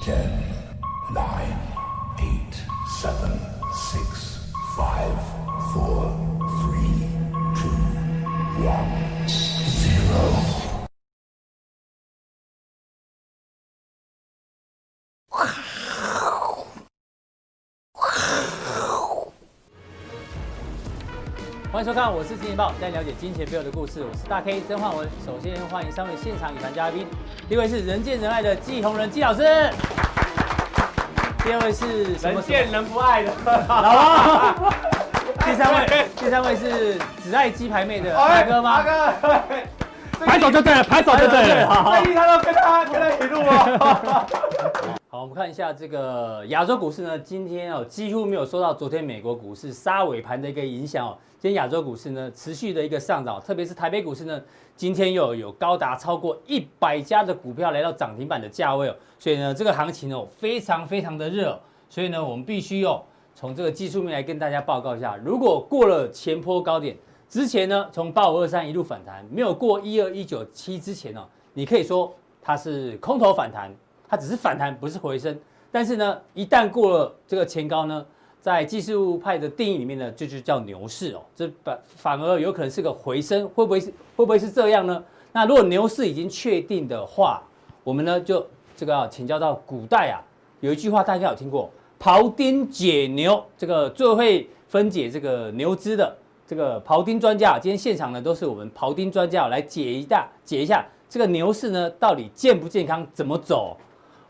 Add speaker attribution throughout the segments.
Speaker 1: Ten, nine, eight, seven, six, five, four, three, two, one, zero.
Speaker 2: 欢迎收看，我是金钱豹，带你了解金钱背后的故事。我是大 K 曾焕文。首先欢迎三位现场与谈嘉宾，第一位是人见人爱的季红人季老师，第二位是
Speaker 3: 人
Speaker 2: 什么什么
Speaker 3: 见人不爱的，
Speaker 2: 老王，第三 位 第三位是只爱鸡排妹的大哎哥吗？
Speaker 3: 哎大哥，
Speaker 4: 拍手就对了，拍手就对了。好
Speaker 3: 这一他都跟他跟他一路 哦。
Speaker 2: 好，我们看一下这个亚洲股市呢，今天哦几乎没有受到昨天美国股市杀尾盘的一个影响哦。今天亚洲股市呢持续的一个上涨，特别是台北股市呢，今天又有高达超过一百家的股票来到涨停板的价位哦，所以呢这个行情哦非常非常的热哦、所以呢我们必须哦从这个技术面来跟大家报告一下，如果过了前坡高点之前呢，从八五二三一路反弹，没有过一二一九七之前哦，你可以说它是空头反弹。它只是反弹，不是回升。但是呢，一旦过了这个前高呢，在技术派的定义里面呢，这就叫牛市哦。这反反而有可能是个回升，会不会是会不会是这样呢？那如果牛市已经确定的话，我们呢就这个、啊、请教到古代啊，有一句话大家有听过“庖丁解牛”，这个最会分解这个牛脂的这个庖丁专家，今天现场呢都是我们庖丁专家来解一下解一下这个牛市呢到底健不健康，怎么走。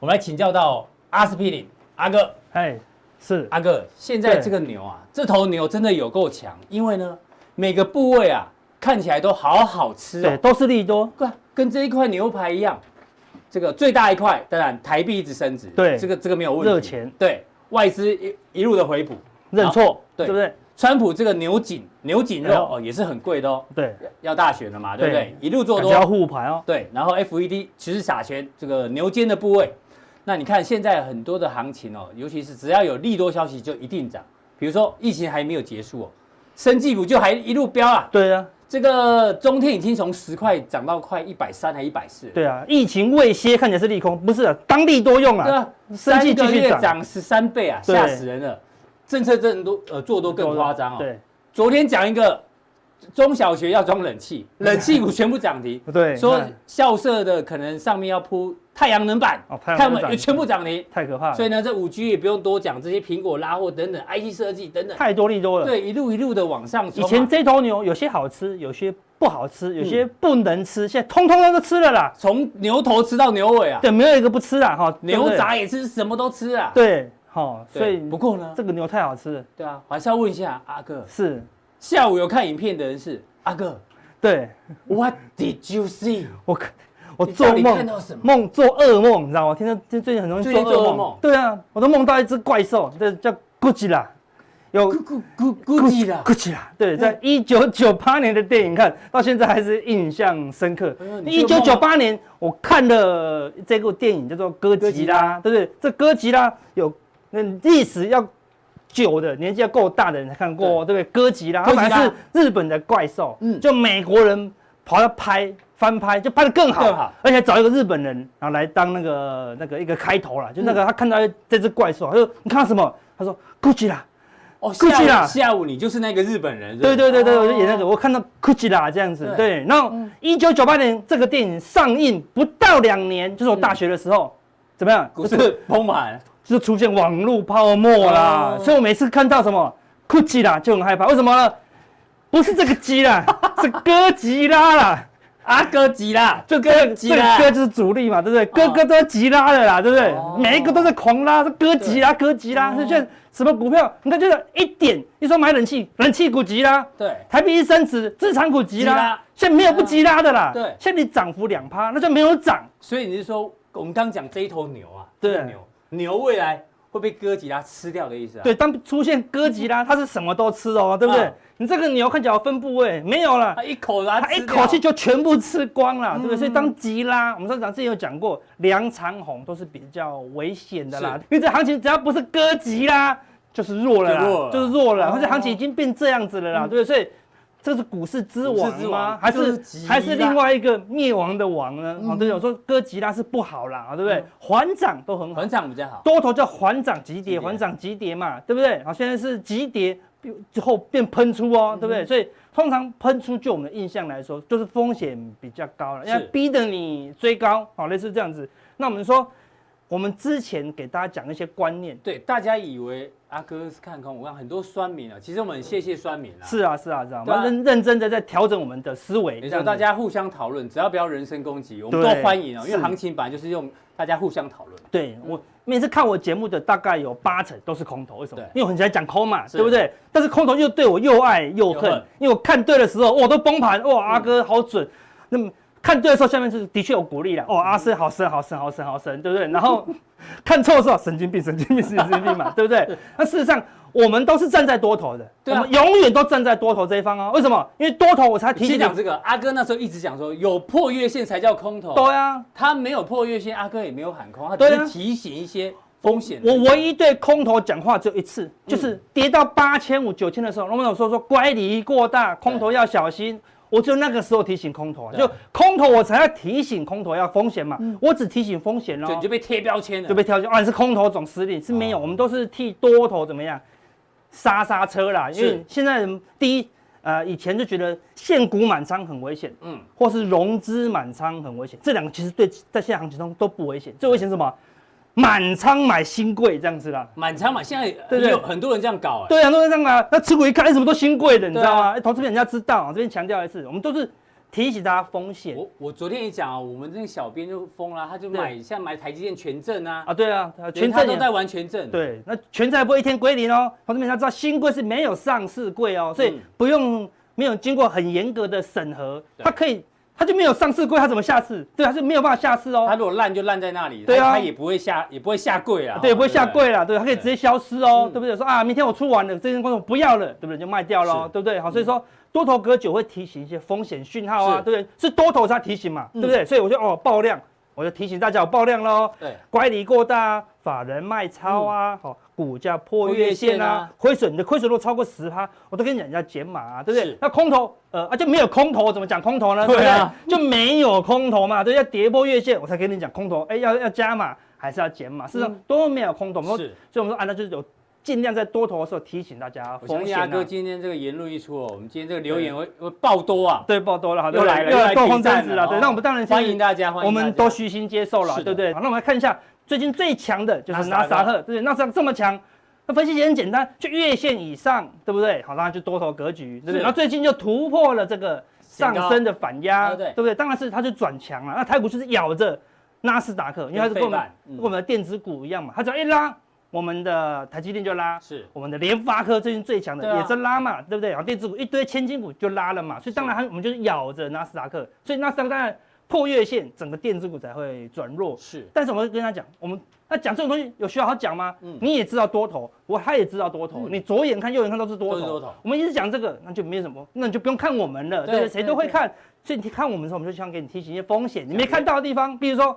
Speaker 2: 我们来请教到阿司匹林阿哥，
Speaker 4: 哎，是
Speaker 2: 阿哥，现在
Speaker 4: 对
Speaker 2: 这个牛啊，这头牛真的有够强，因为呢，每个部位啊看起来都好好吃
Speaker 4: 对，
Speaker 2: 哦，
Speaker 4: 都是利多。
Speaker 2: 跟跟这一块牛排一样，这个最大一块，当然台币一直升值，
Speaker 4: 对
Speaker 2: 这个这个没有问题，
Speaker 4: 热钱
Speaker 2: 对外资一一路的回补，
Speaker 4: 认错，
Speaker 2: 对
Speaker 4: 对不对？
Speaker 2: 川普这个牛颈牛颈
Speaker 4: 哎
Speaker 2: 肉
Speaker 4: 呦
Speaker 2: 哦也是很贵的哦，
Speaker 4: 对，
Speaker 2: 要大选了嘛，对不对？一路做
Speaker 4: 感
Speaker 2: 多
Speaker 4: 觉要护盘哦。
Speaker 2: 对，然后 FED 其实撒钱这个牛肩的部位。那你看现在很多的行情哦，尤其是只要有利多消息就一定涨，比如说疫情还没有结束哦，生技股就还一路飙啊。
Speaker 4: 对啊，
Speaker 2: 这个中天已经从十块涨到快一百三还一百四，
Speaker 4: 对啊，疫情未歇，看起来是利空，不是啊当利多用
Speaker 2: 对
Speaker 4: 啊。
Speaker 2: 啊，
Speaker 4: 生
Speaker 2: 三
Speaker 4: 技继
Speaker 2: 个
Speaker 4: 续
Speaker 2: 月
Speaker 4: 涨
Speaker 2: 涨十三倍啊，
Speaker 4: 对
Speaker 2: 吓死人了。政策真的都呃做多更夸张哦。
Speaker 4: 对
Speaker 2: 昨天讲一个中小学要装冷气，冷气股全部涨停，
Speaker 4: 对，
Speaker 2: 说
Speaker 4: 那
Speaker 2: 校舍的可能上面要铺太阳能板，
Speaker 4: 哦太阳能板啊
Speaker 2: 看完也全部涨停。
Speaker 4: 太可怕
Speaker 2: 所以
Speaker 4: 了，
Speaker 2: 呢，这五 G 也不用多讲，这些苹果拉货等等，IT 设计等等，
Speaker 4: 太多利多了。
Speaker 2: 对，一路一路的往上冲
Speaker 4: 以
Speaker 2: 啊。
Speaker 4: 前这头牛有些好吃，有些不好吃，有些不能吃，现在通通都吃了啦。
Speaker 2: 从牛头吃到牛尾啊，
Speaker 4: 对，没有一个不吃啦哈。对不
Speaker 2: 牛
Speaker 4: 对
Speaker 2: 杂也吃，什么都吃啊。
Speaker 4: 对，好，
Speaker 2: 对，
Speaker 4: 所以
Speaker 2: 不过呢，
Speaker 4: 这个牛太好吃了，
Speaker 2: 对啊，我还是要问一下阿哥，
Speaker 4: 是，
Speaker 2: 下午有看影片的人是阿哥
Speaker 4: 嗯对
Speaker 2: ，What did you see？
Speaker 4: 我看我
Speaker 2: 你
Speaker 4: 做
Speaker 2: 到底
Speaker 4: 梦
Speaker 2: 看到什么
Speaker 4: 梦做噩梦，你知道吗？天天天最近很容易
Speaker 2: 最
Speaker 4: 做
Speaker 2: 近做噩
Speaker 4: 噩
Speaker 2: 梦
Speaker 4: 梦。对啊，我都梦到一只怪兽，这叫 Gucci 啦，有
Speaker 2: 咕咕咕咕叽啦，
Speaker 4: Gucci 啦。对，在一九九八年的电影看到现在还是印象深刻
Speaker 2: 哎呦。你
Speaker 4: 一
Speaker 2: 这
Speaker 4: 九
Speaker 2: 个
Speaker 4: 九
Speaker 2: 梦
Speaker 4: 八年我看了这部电影叫做《哥吉拉》，对不对？这哥吉拉有那历史要。久的年纪要够大的人才看过哦，对不对？哥吉拉，
Speaker 2: 哥
Speaker 4: 它
Speaker 2: 吉拉
Speaker 4: 本来是日本的怪兽，
Speaker 2: 嗯
Speaker 4: 就美国人跑来拍翻拍，就拍得更好，
Speaker 2: 更好
Speaker 4: 而且找一个日本人，然后来当那个那个一个开头啦，就那个、他看到这只怪兽，他说你看到什么？他说 Gucci 啦，
Speaker 2: 哦，
Speaker 4: 咕叽
Speaker 2: 下午
Speaker 4: 啦
Speaker 2: 下午你就是那个日本人，
Speaker 4: 对
Speaker 2: 不
Speaker 4: 对对对，我就演那个，我看到 Gucci 啦这样子，
Speaker 2: 哦对嗯
Speaker 4: 对。然后一九九八年这个电影上映不到两年，就是我大学的时
Speaker 2: 嗯
Speaker 4: 候，怎么样？
Speaker 2: 股市崩盘，
Speaker 4: 就出现网络泡沫啦，
Speaker 2: 哦
Speaker 4: 所以我每次看到什么 Gucci 啦就很害怕，为什么呢？不是这个鸡 啦，是哥吉拉啦。
Speaker 2: 阿啊哥吉啦，
Speaker 4: 就这个
Speaker 2: 吉
Speaker 4: 这个
Speaker 2: 拉
Speaker 4: 哥就是主力嘛，对不对？哥哥都要急拉了啦，对不对
Speaker 2: 哦？
Speaker 4: 每一个都在狂拉，这哥急拉，哥急拉，
Speaker 2: 哦
Speaker 4: 就像什么股票，你看就是一点，一说买冷气，冷气股急拉，
Speaker 2: 对
Speaker 4: 台币一升值，资产股急
Speaker 2: 急拉
Speaker 4: 拉，现在没有不急拉的啦，
Speaker 2: 对
Speaker 4: 现在你涨幅两趴，那就没有涨，
Speaker 2: 所以你是说，我们刚讲这一头牛啊，
Speaker 4: 对
Speaker 2: 这个牛牛未来会被哥吉拉吃掉的意思啊？
Speaker 4: 对，，当出现哥吉拉，它是什么都吃哦，对不对
Speaker 2: 嗯？
Speaker 4: 你这个牛看起来有分部位没有了
Speaker 2: 它，啊一口把它
Speaker 4: 啊它一
Speaker 2: 吃掉嗯
Speaker 4: 哎口气就全部吃光了，对不对？所以当急拉，我们上次之前有讲过，粮长红都是比较危险的啦
Speaker 2: 是，
Speaker 4: 因为这行情只要不是割急啦，就是弱了
Speaker 2: 就弱了
Speaker 4: 啦，就是弱了
Speaker 2: 哦嗯
Speaker 4: 啦，或者行情已经变这样子了啦，对不对？所以这是股市之
Speaker 2: 股
Speaker 4: 王
Speaker 2: 市之
Speaker 4: 吗
Speaker 2: 王？
Speaker 4: 还
Speaker 2: 就是
Speaker 4: 是
Speaker 2: 吉
Speaker 4: 还是
Speaker 2: 拉
Speaker 4: 另外一个灭亡的王呢？哦，对，我说哥吉拉是不好啦，啊对不对
Speaker 2: 嗯？
Speaker 4: 缓涨都很好
Speaker 2: 恒，场比较好，
Speaker 4: 多头叫缓涨急
Speaker 2: 急跌
Speaker 4: 跌，缓涨急跌嘛，对不对？好，现在是急跌之后变喷出
Speaker 2: 嗯
Speaker 4: 哦，对不对？所以通常喷出，就我们的印象来说，就是风险比较高了，
Speaker 2: 是
Speaker 4: 要逼得你追高，好，类似这样子。那我们说，我们之前给大家讲一些观念，
Speaker 2: 对，大家以为阿哥是看空，我看很多酸民啊，其实我们很谢谢酸民啊，
Speaker 4: 是啊，是啊，是啊，我
Speaker 2: 对啊
Speaker 4: 们认认真的在调整我们的思维，
Speaker 2: 没
Speaker 4: 这
Speaker 2: 错，
Speaker 4: 样子
Speaker 2: 大家互相讨论，只要不要人身攻击，我们都
Speaker 4: 对
Speaker 2: 欢迎哦，因为
Speaker 4: 是
Speaker 2: 行情本来就是用大家互相讨论。
Speaker 4: 对我每次看我节目的大概有八成都是空头，为什么
Speaker 2: 对？
Speaker 4: 因为我很喜欢讲空嘛，
Speaker 2: 是
Speaker 4: 对不对？但是空头又对我又爱又
Speaker 2: 又
Speaker 4: 恨，
Speaker 2: 恨嗯
Speaker 4: 因为我看对的时候，哇，都崩盘，哇，阿哥好准。那么看对的时候，下面是的确有鼓励了，哦，阿深好深好深好深好深，对不对？然后看错的时候，神经病神经病神经病嘛，对不对？那事实上。我们都是站在多头的，
Speaker 2: 对啊
Speaker 4: 我们永远都站在多头这一方哦。为什么？因为多头我才提
Speaker 2: 先
Speaker 4: 醒
Speaker 2: 讲
Speaker 4: 你，
Speaker 2: 这个，阿哥那时候一直讲说有破月线才叫空头，
Speaker 4: 对啊，
Speaker 2: 他没有破月线，阿哥也没有喊空，他
Speaker 4: 对
Speaker 2: 只
Speaker 4: 啊
Speaker 2: 是提醒一些风险。嗯
Speaker 4: 我唯一对空头讲话只有一次，就是跌到八千五、九千的时候，龙门总说说乖离过大，空头要小心。我只有那个时候提醒空头啊，
Speaker 2: 对嗯
Speaker 4: 就空头我才要提醒空头要风险嘛，我只提醒风险
Speaker 2: 就
Speaker 4: 哦
Speaker 2: 你就，被贴标签了，
Speaker 4: 就被挑选啊，你是空头总司令是没有，
Speaker 2: 哦
Speaker 4: 我们都是替多头怎么样刹刹车啦，因为
Speaker 2: 是
Speaker 4: 现在第一呃以前就觉得现股满仓很危险，
Speaker 2: 嗯，
Speaker 4: 或是融资满仓很危险，这两个其实对在现在行情中都不危险，最危险是什么？满仓买新贵这样子啦，
Speaker 2: 满仓嘛，现在
Speaker 4: 对对
Speaker 2: 有很多人这样搞，哎，
Speaker 4: 对，很多人这样啊，那持股一看，哎，怎么都新贵的，你知
Speaker 2: 对啊
Speaker 4: 道吗？哎，投资人家知道，这边强调一次，我们都是提醒大家风险
Speaker 2: 我我昨天也讲啊，我们那个小编就疯了，他就
Speaker 4: 对
Speaker 2: 买现在买台积电权证啊，
Speaker 4: 啊，对啊，
Speaker 2: 连
Speaker 4: 全
Speaker 2: 他
Speaker 4: 债
Speaker 2: 都
Speaker 4: 也
Speaker 2: 在玩权证，，
Speaker 4: 对，那全债不会一天归零哦，投资人家知道新贵是没有上市贵哦，所以
Speaker 2: 嗯
Speaker 4: 不用没有经过很严格的审核，
Speaker 2: 对
Speaker 4: 它可以，它就没有上市贵，它怎么下市？对，它是没有办法下市
Speaker 2: 他
Speaker 4: 哦，
Speaker 2: 如果烂就烂在那里，
Speaker 4: 对啊
Speaker 2: 他他也不会下也不会下跪啊，
Speaker 4: 对，不会下
Speaker 2: 对
Speaker 4: 跪啦，对，它可以
Speaker 2: 对
Speaker 4: 直接消失
Speaker 2: 嗯
Speaker 4: 哦，对不对？说啊，明天我出完了，这间公司我不要了，对不对？就卖掉
Speaker 2: 是嗯
Speaker 4: 喽，对不对？好，所以说多头隔久会提醒一些风险讯号啊，
Speaker 2: 是嗯
Speaker 4: 对不对？是多头才提醒嘛，对不对？所以我就哦爆量，我就提醒大家我爆量喽，
Speaker 2: 对，
Speaker 4: 乖离过大啊，法人卖超
Speaker 2: 嗯
Speaker 4: 啊，好、股价破月线啊，亏损、你的亏损如果超过十趴，我都跟你讲要减码啊，对不对
Speaker 2: 是？
Speaker 4: 那空头，呃，啊就没有空头，怎么讲空头呢？
Speaker 2: 对啊
Speaker 4: 对不对，就没有空头嘛，对，要跌破月线，我才跟你讲空头，哎，要要加码还是要减码，事实上都没有空头，我们说
Speaker 2: 嗯是。
Speaker 4: 所以我们说啊，那就是有尽量在多头的时候提醒大家
Speaker 2: 我
Speaker 4: 风
Speaker 2: 相信
Speaker 4: 险
Speaker 2: 阿哥
Speaker 4: 啊。
Speaker 2: 今天这个言论一出哦，我们今天这个留言会会爆多啊，
Speaker 4: 对，爆多了，好对
Speaker 2: 又
Speaker 4: 不对
Speaker 2: 来了，
Speaker 4: 又来
Speaker 2: 又
Speaker 4: 暴
Speaker 2: 来
Speaker 4: 风
Speaker 2: 比赛哦
Speaker 4: 战子了。对，那我们当然是
Speaker 2: 欢迎大家，欢迎
Speaker 4: 我们都
Speaker 2: 需
Speaker 4: 虚心接受了，
Speaker 2: 是的
Speaker 4: 对不对？好，那我们来看一下最近最强的就是
Speaker 2: 纳
Speaker 4: 纳
Speaker 2: 斯
Speaker 4: 斯
Speaker 2: 达
Speaker 4: 达
Speaker 2: 克
Speaker 4: 克，对不对？纳斯达克这么强，那分析也很简单，就月线以上，对不对？好，那就多头格局，对不
Speaker 2: 是
Speaker 4: 对？然后最近就突破了这个上升的反
Speaker 2: 前高
Speaker 4: 压，
Speaker 2: 啊对
Speaker 4: 对不对？当然是它就转强了。那台股就是咬着纳斯达克，因为它是跟我
Speaker 2: 费
Speaker 4: 们
Speaker 2: 曼嗯
Speaker 4: 跟我们的电子股一样嘛，它只要一拉，我们的台积电就拉，
Speaker 2: 是
Speaker 4: 我们的联发科最近最强
Speaker 2: 对啊
Speaker 4: 的也是拉嘛，对不对？然后电子股一堆千金股就拉了嘛，所以当然它我们就是咬着纳斯达克，所以纳斯达克当然破月线，整个电子股才会转弱。
Speaker 2: 是
Speaker 4: 但是我们会跟他讲，我们那讲这种东西有需要好讲吗？
Speaker 2: 嗯
Speaker 4: 你也知道多头，我他也知道多头，
Speaker 2: 嗯
Speaker 4: 你左眼看右眼看都是多
Speaker 2: 都
Speaker 4: 头。
Speaker 2: 是多头
Speaker 4: 我们一直讲这个，那就没有什么，那你就不用看我们了，
Speaker 2: 对
Speaker 4: 对不对？谁
Speaker 2: 对
Speaker 4: 都会
Speaker 2: 对
Speaker 4: 看，所以你看我们的时候，我们就想给你提醒一些风险，你没看到的地方，比如说。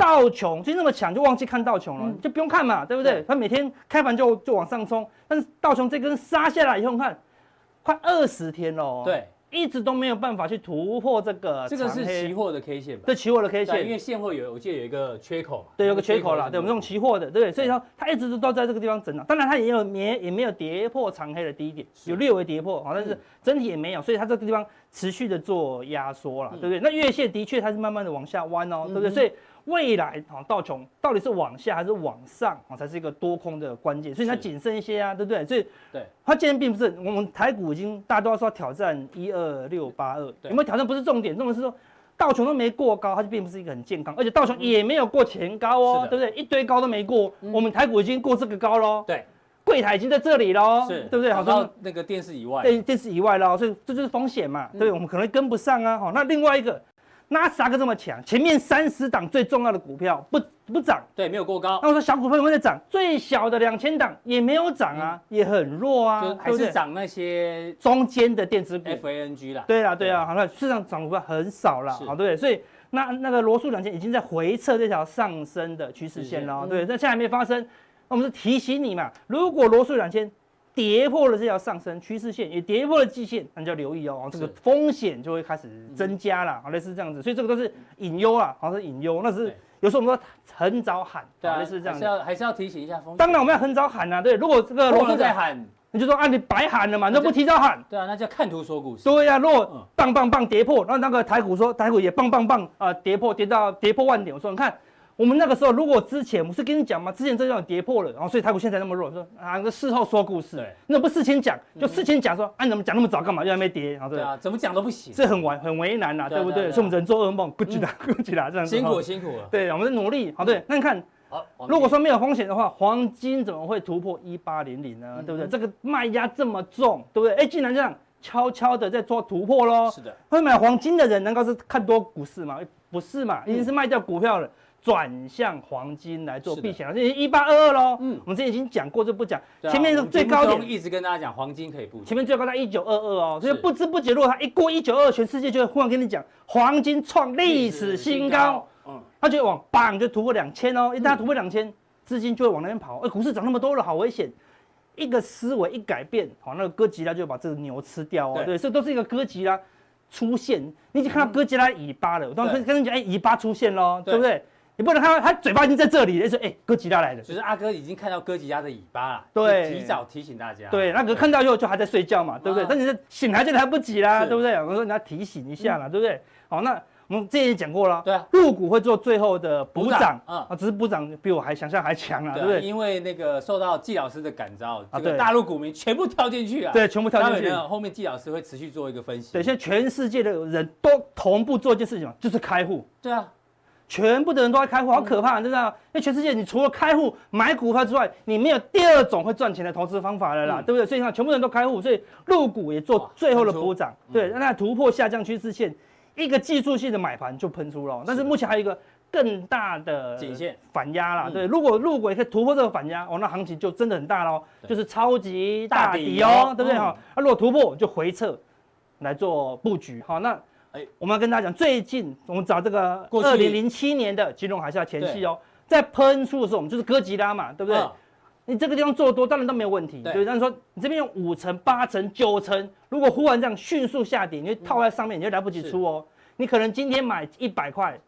Speaker 4: 道琼就那么强，就忘记看道琼了，你就不用看嘛，对不
Speaker 2: 嗯
Speaker 4: 对
Speaker 2: 对？
Speaker 4: 它每天开盘就就往上冲，但是道琼这根杀下来以后，你看快二十天了哦，，
Speaker 2: 对，
Speaker 4: 一直都没有办法去突破这个
Speaker 2: 这个
Speaker 4: 啊长
Speaker 2: 是
Speaker 4: 黑
Speaker 2: 期货的 K 线吧？
Speaker 4: 对期货的 K
Speaker 2: 对，
Speaker 4: 线
Speaker 2: 因，为现货有我记得有一个缺口嘛，
Speaker 4: 对，有个缺口啦，
Speaker 2: 是
Speaker 4: 对，我们这种期货的，对不对？所以说它一直都在这个地方整了，当然它也有没也没有跌破长黑的低点，
Speaker 2: 是
Speaker 4: 有略微跌破，好，但是整体也没有，所以它这个地方持续的做压缩啦，对不对？那月线的确它是慢慢的往下弯哦，对不对？所以未来好道琼到底是往下还是往上啊，才是一个多空的关键，所以它
Speaker 2: 是
Speaker 4: 谨慎一些啊，对不对？所以
Speaker 2: 对
Speaker 4: 它今天并不是我们台股已经大家都要说挑战一二六八二，
Speaker 2: 对
Speaker 4: 有没有挑战不是重点，重点是说道琼都没过高，它就并不是一个很健康，而且道琼也没有过前高哦，
Speaker 2: 是的嗯
Speaker 4: 对不对？一堆高都没过，我们台股已经过这个高喽，
Speaker 2: 对，
Speaker 4: 柜台已经在这里喽，
Speaker 2: 是，
Speaker 4: 对不对？好
Speaker 2: 跑
Speaker 4: 像
Speaker 2: 到那个电视以外，嗯
Speaker 4: 电电视以外喽，所以这就是风险嘛，对，我们可能跟不上啊。好，那另外一个，纳斯达克这么强，前面三十档最重要的股票不不涨，
Speaker 2: 对，没有过高
Speaker 4: 那，我说小股票有没有在涨？最小的两千档也没有涨啊，也很弱啊
Speaker 2: 嗯就，还
Speaker 4: 对不
Speaker 2: 是
Speaker 4: 对？
Speaker 2: 涨那些
Speaker 4: 中间的电子股，
Speaker 2: FANG 啦，
Speaker 4: 对啦，对啊，好了，市场涨幅很少啦，
Speaker 2: 是
Speaker 4: 好，对不对？所以那那个罗素两千已经在回撤这条上升的趋势线了，
Speaker 2: 趋势线
Speaker 4: 对，那现在还没发生，那我们是提醒你嘛，如果罗素两千跌破了这条上升趋势线，也跌破了季线，那你就要留意哦，这个
Speaker 2: 是
Speaker 4: 风险就会开始增加啦，好类似这样子，所以这个都是隐忧啊，好像是隐忧，那是
Speaker 2: 对
Speaker 4: 有时候我们说很早喊，
Speaker 2: 对
Speaker 4: 好
Speaker 2: 啊，
Speaker 4: 类似这
Speaker 2: 还
Speaker 4: 样
Speaker 2: 是
Speaker 4: 子。
Speaker 2: 要还是要提醒一下风险。
Speaker 4: 当然我们要很早喊啊，对，如果这个
Speaker 2: 如果
Speaker 4: 在
Speaker 2: 在，喊，
Speaker 4: 你就说啊你白喊了嘛，你
Speaker 2: 那
Speaker 4: 都
Speaker 2: 就
Speaker 4: 不提早喊，
Speaker 2: 对啊，那叫看图说故事。
Speaker 4: 对呀、如
Speaker 2: 嗯
Speaker 4: 果棒棒棒跌破，然后那个台股说台股也棒棒棒啊、跌破跌到跌破万点，我说你看我们那个时候如果之前我是跟你讲嘛，之前这种跌破了，然后所以台股现在才那么弱，我说啊这事后说故事
Speaker 2: 对，
Speaker 4: 那不事前讲，就事前讲说啊你怎么讲那么早干嘛，又还没跌，然后
Speaker 2: 对
Speaker 4: 对。
Speaker 2: 啊，怎么讲都不行，
Speaker 4: 这很为很为难呐、
Speaker 2: 对啊
Speaker 4: 对
Speaker 2: 对
Speaker 4: 不
Speaker 2: 啊对
Speaker 4: 对？
Speaker 2: 啊
Speaker 4: 所以我们只能做噩梦，不急啦，不急啦，这样子
Speaker 2: 辛
Speaker 4: 哈
Speaker 2: 苦了辛苦嗯了。
Speaker 4: 对，我们在努力。好，对，那你看，
Speaker 2: 好，黄
Speaker 4: 如果
Speaker 2: 金
Speaker 4: 说没有风险的话，黄金怎么会突破一八零零呢？对不对？这个卖压这么重，对不对？哎，竟然这样悄悄的在做突破喽。
Speaker 2: 是的，
Speaker 4: 会买黄金的人难道是看多股市吗？
Speaker 2: 嗯
Speaker 4: 不是嘛，一定是卖掉股票了。转向黄金来做
Speaker 2: 是的
Speaker 4: 避险了，这已经一八二二喽。
Speaker 2: 嗯
Speaker 4: 嗯，我们之前已经讲过，就不讲。
Speaker 2: 对啊
Speaker 4: 前面
Speaker 2: 我
Speaker 4: 是
Speaker 2: 们
Speaker 4: 最
Speaker 2: 节目
Speaker 4: 高
Speaker 2: 中
Speaker 4: 点，
Speaker 2: 一直跟大家讲黄金可以布局，
Speaker 4: 前面最高在一九二二哦，所以
Speaker 2: 是
Speaker 4: 不知不觉，如果它一过一九二，全世界就会忽然跟你讲，黄金创历史新高，，
Speaker 2: 嗯，
Speaker 4: 它就往棒就突破两千哦，一旦它突破两千，资金就会往那边跑。哎，股市涨那么多了，好危险！一个思维一改变，好，那个哥吉拉就把这个牛吃掉哦
Speaker 2: 对。嗯
Speaker 4: 对，所以都是一个哥吉拉出现，你已经看到哥吉拉尾巴了。我当时
Speaker 2: 对
Speaker 4: 跟你讲，哎，尾巴出现喽，
Speaker 2: 对
Speaker 4: 对不对？你不能看到它嘴巴已经在这里了，就说哎，哥吉拉来了。
Speaker 2: 就是阿哥已经看到哥吉拉的尾巴了，
Speaker 4: 对
Speaker 2: 就提早提醒大家，
Speaker 4: 对，那个看到以后就还在睡觉嘛，对不对
Speaker 2: 啊？
Speaker 4: 但你是醒来就来不及啦，
Speaker 2: 是嗯
Speaker 4: 对不对？我说你要提醒一下啦，对不对？好，那我们之前也讲过了，
Speaker 2: 对啊，
Speaker 4: 入股会做最后的补涨
Speaker 2: 补涨，嗯
Speaker 4: 啊，只是补涨比我还想象还强啦，
Speaker 2: 对
Speaker 4: 对
Speaker 2: 啊
Speaker 4: 不对？啊
Speaker 2: 因为那个受到季老师的感召，这个
Speaker 4: 对
Speaker 2: 大陆股民全部跳进去啊，
Speaker 4: 对，全部跳
Speaker 2: 待
Speaker 4: 进
Speaker 2: 会
Speaker 4: 去。
Speaker 2: 呢，后面季老师会持续做一个分析，
Speaker 4: 对，现在全世界的人都同步做一件事情嘛，就是开户，
Speaker 2: 对啊，
Speaker 4: 全部的人都在开户，好可
Speaker 2: 嗯
Speaker 4: 怕，真的啊。因为全世界，你除了开户买股票之外，你没有第二种会赚钱的投资方法了啦，
Speaker 2: 嗯
Speaker 4: 对不对？所以你看，全部人都开户，所以入股也做最后的补涨，
Speaker 2: 喷出
Speaker 4: 对，让它突破下降趋势线，一个技术性的买盘就喷出了。但是目前还有一个更大的
Speaker 2: 颈线
Speaker 4: 反压啦，
Speaker 2: 嗯
Speaker 4: 对，如果入股也可以突破这个反压，哦，那行情就真的很大喽，
Speaker 2: 对
Speaker 4: 就是超级
Speaker 2: 大
Speaker 4: 大
Speaker 2: 底
Speaker 4: 底
Speaker 2: 哦
Speaker 4: 哦，对不对
Speaker 2: 嗯
Speaker 4: 哈？那如果突破就回撤来做布局，好，那。
Speaker 2: 哎
Speaker 4: 我们要跟大家讲，最近我们找这个
Speaker 2: 过去
Speaker 4: 二零零七年的金融海啸前夕哦，在喷出的时候，我们就是哥吉拉嘛，对不对？
Speaker 2: 嗯
Speaker 4: 你这个地方做多当然都没有问题，
Speaker 2: 对
Speaker 4: 对不对。但是说你这边用五成、八成、九成，如果忽然这样迅速下跌，你就套在上面，你就来不及出哦。你可能今天买一百块，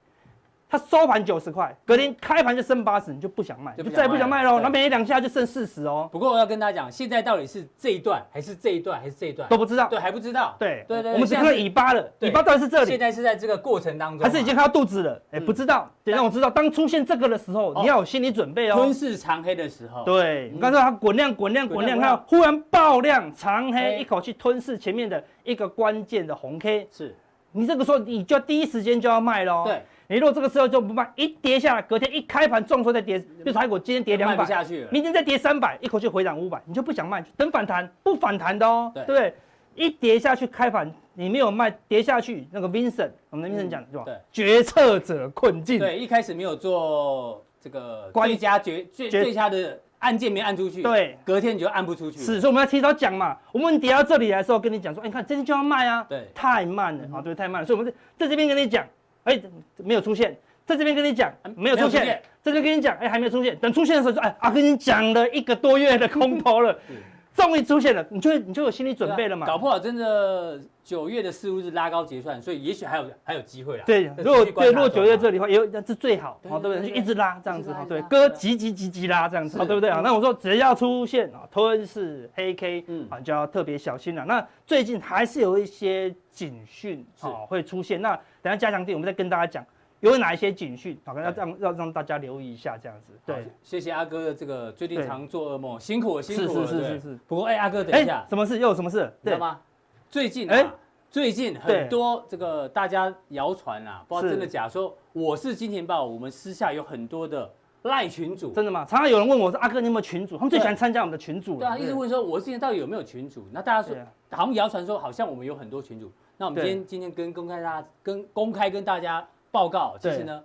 Speaker 4: 它收盘九十块，隔天开盘就剩八十，你就不想卖，
Speaker 2: 就不
Speaker 4: 就
Speaker 2: 想
Speaker 4: 再也不想
Speaker 2: 卖
Speaker 4: 卖
Speaker 2: 了
Speaker 4: 喽。
Speaker 2: 对
Speaker 4: 那每两下就剩四十哦，
Speaker 2: 不过我要跟大家讲，现在到底是这一段还是这一段还是这一段
Speaker 4: 都不知道。
Speaker 2: 对，还不知道。
Speaker 4: 对
Speaker 2: 对对，
Speaker 4: 我们只看到
Speaker 2: 现在是
Speaker 4: 尾巴了，
Speaker 2: 对
Speaker 4: 尾巴到底是这里
Speaker 2: 现。在是在这个过程当中啊，
Speaker 4: 还是已经看到肚子了？哎，
Speaker 2: 嗯
Speaker 4: 不知道，得让我知道，当出现这个的时候，
Speaker 2: 哦
Speaker 4: 你要有心理准备哦
Speaker 2: 吞。噬长黑的时候，
Speaker 4: 对，你哦刚才它滚量、滚量、滚量，
Speaker 2: 滚量
Speaker 4: 看到忽然爆量长
Speaker 2: 哎
Speaker 4: 黑，一口气吞噬前面的一个关键的红 K，
Speaker 2: 是，
Speaker 4: 你这个时候你就要第一时间就要卖喽。
Speaker 2: 对，
Speaker 4: 你如果这个时候就不卖，一跌下来，隔天一开盘重挫再跌，就是台股今天跌
Speaker 2: 嗯卖
Speaker 4: 两
Speaker 2: 不
Speaker 4: 百，
Speaker 2: 下去了。
Speaker 4: 明天再跌三百，一口气回档五百，你就不想卖，等反弹，不反弹的哦，
Speaker 2: 对
Speaker 4: 对不对？一跌下去开盘，你没有卖，跌下去那个 Vincent，我们的 Vincent 讲、是吧？
Speaker 2: 嗯对
Speaker 4: 决策者困境，
Speaker 2: 对，一开始没有做这个
Speaker 4: 关
Speaker 2: 最佳决最
Speaker 4: 决
Speaker 2: 最佳的按键没按出去，
Speaker 4: 对，
Speaker 2: 隔天你就按不出去。
Speaker 4: 是，所以我们要提早讲嘛。我们跌到这里来的时候，跟你讲说，哎，你看这天就要卖啊，
Speaker 2: 对嗯
Speaker 4: 太慢了啊，对，太慢了。所以我们在在这边跟你讲，哎，没有出现。在这边跟你讲
Speaker 2: 嗯
Speaker 4: 没有
Speaker 2: 没有
Speaker 4: 出
Speaker 2: 出现
Speaker 4: 现，在这边跟你讲，哎，还没有出现。等出现的时候就，哎，啊，跟你讲了一个多月的空头了
Speaker 2: 是，
Speaker 4: 终于出现了，你就会你就有心理
Speaker 2: 对啊
Speaker 4: 准备了嘛。
Speaker 2: 搞不好真的九月的四五日拉高结算，所以也许还有还有机会啦。
Speaker 4: 对，
Speaker 2: 这
Speaker 4: 如果
Speaker 2: 持续观
Speaker 4: 对，
Speaker 2: 察
Speaker 4: 如果
Speaker 2: 中
Speaker 4: 九月
Speaker 2: 嘛
Speaker 4: 这里的话，也有那是最好，
Speaker 2: 对
Speaker 4: 好，对
Speaker 2: 对
Speaker 4: 不对？
Speaker 2: 对
Speaker 4: 就一直拉这样子，
Speaker 2: 一直拉
Speaker 4: 好，对
Speaker 2: 一直拉，
Speaker 4: 哥
Speaker 2: 对
Speaker 4: 急急急急拉这样子，
Speaker 2: 是
Speaker 4: 好，对不对？好，
Speaker 2: 嗯
Speaker 4: 那我说只要出现啊吞噬黑 K，
Speaker 2: 嗯
Speaker 4: 啊，就要特别小心了。那最近还是有一些警讯
Speaker 2: 是
Speaker 4: 啊会出现，那等一下加强地我们再跟大家讲有哪一些警讯，好，要让要让大家留意一下这样子，
Speaker 2: 好
Speaker 4: 对。
Speaker 2: 谢谢阿哥的这个最近
Speaker 4: 对
Speaker 2: 常做噩梦，辛苦了，辛
Speaker 4: 是
Speaker 2: 苦了。
Speaker 4: 是是
Speaker 2: 对
Speaker 4: 是是。
Speaker 2: 不过哎，阿哥等一下，
Speaker 4: 什么事？又有什么事？
Speaker 2: 你知道吗？最近哎、
Speaker 4: 哎
Speaker 2: 最近很
Speaker 4: 对
Speaker 2: 多这个大家谣传啊，不知道
Speaker 4: 是
Speaker 2: 真的假，说我是金钱豹，我们私下有很多的赖群主，
Speaker 4: 真的吗？常常有人问我说：“阿哥，你有没有群主？”他们最喜欢参加我们的群主了。
Speaker 2: 对啊，一直问说我之前到底有没有群主？那大家说
Speaker 4: 对啊
Speaker 2: 好像谣传说好像我们有很多群主，那我们今天今天跟公开大家跟公开跟大家报告，其
Speaker 4: 对
Speaker 2: 实呢，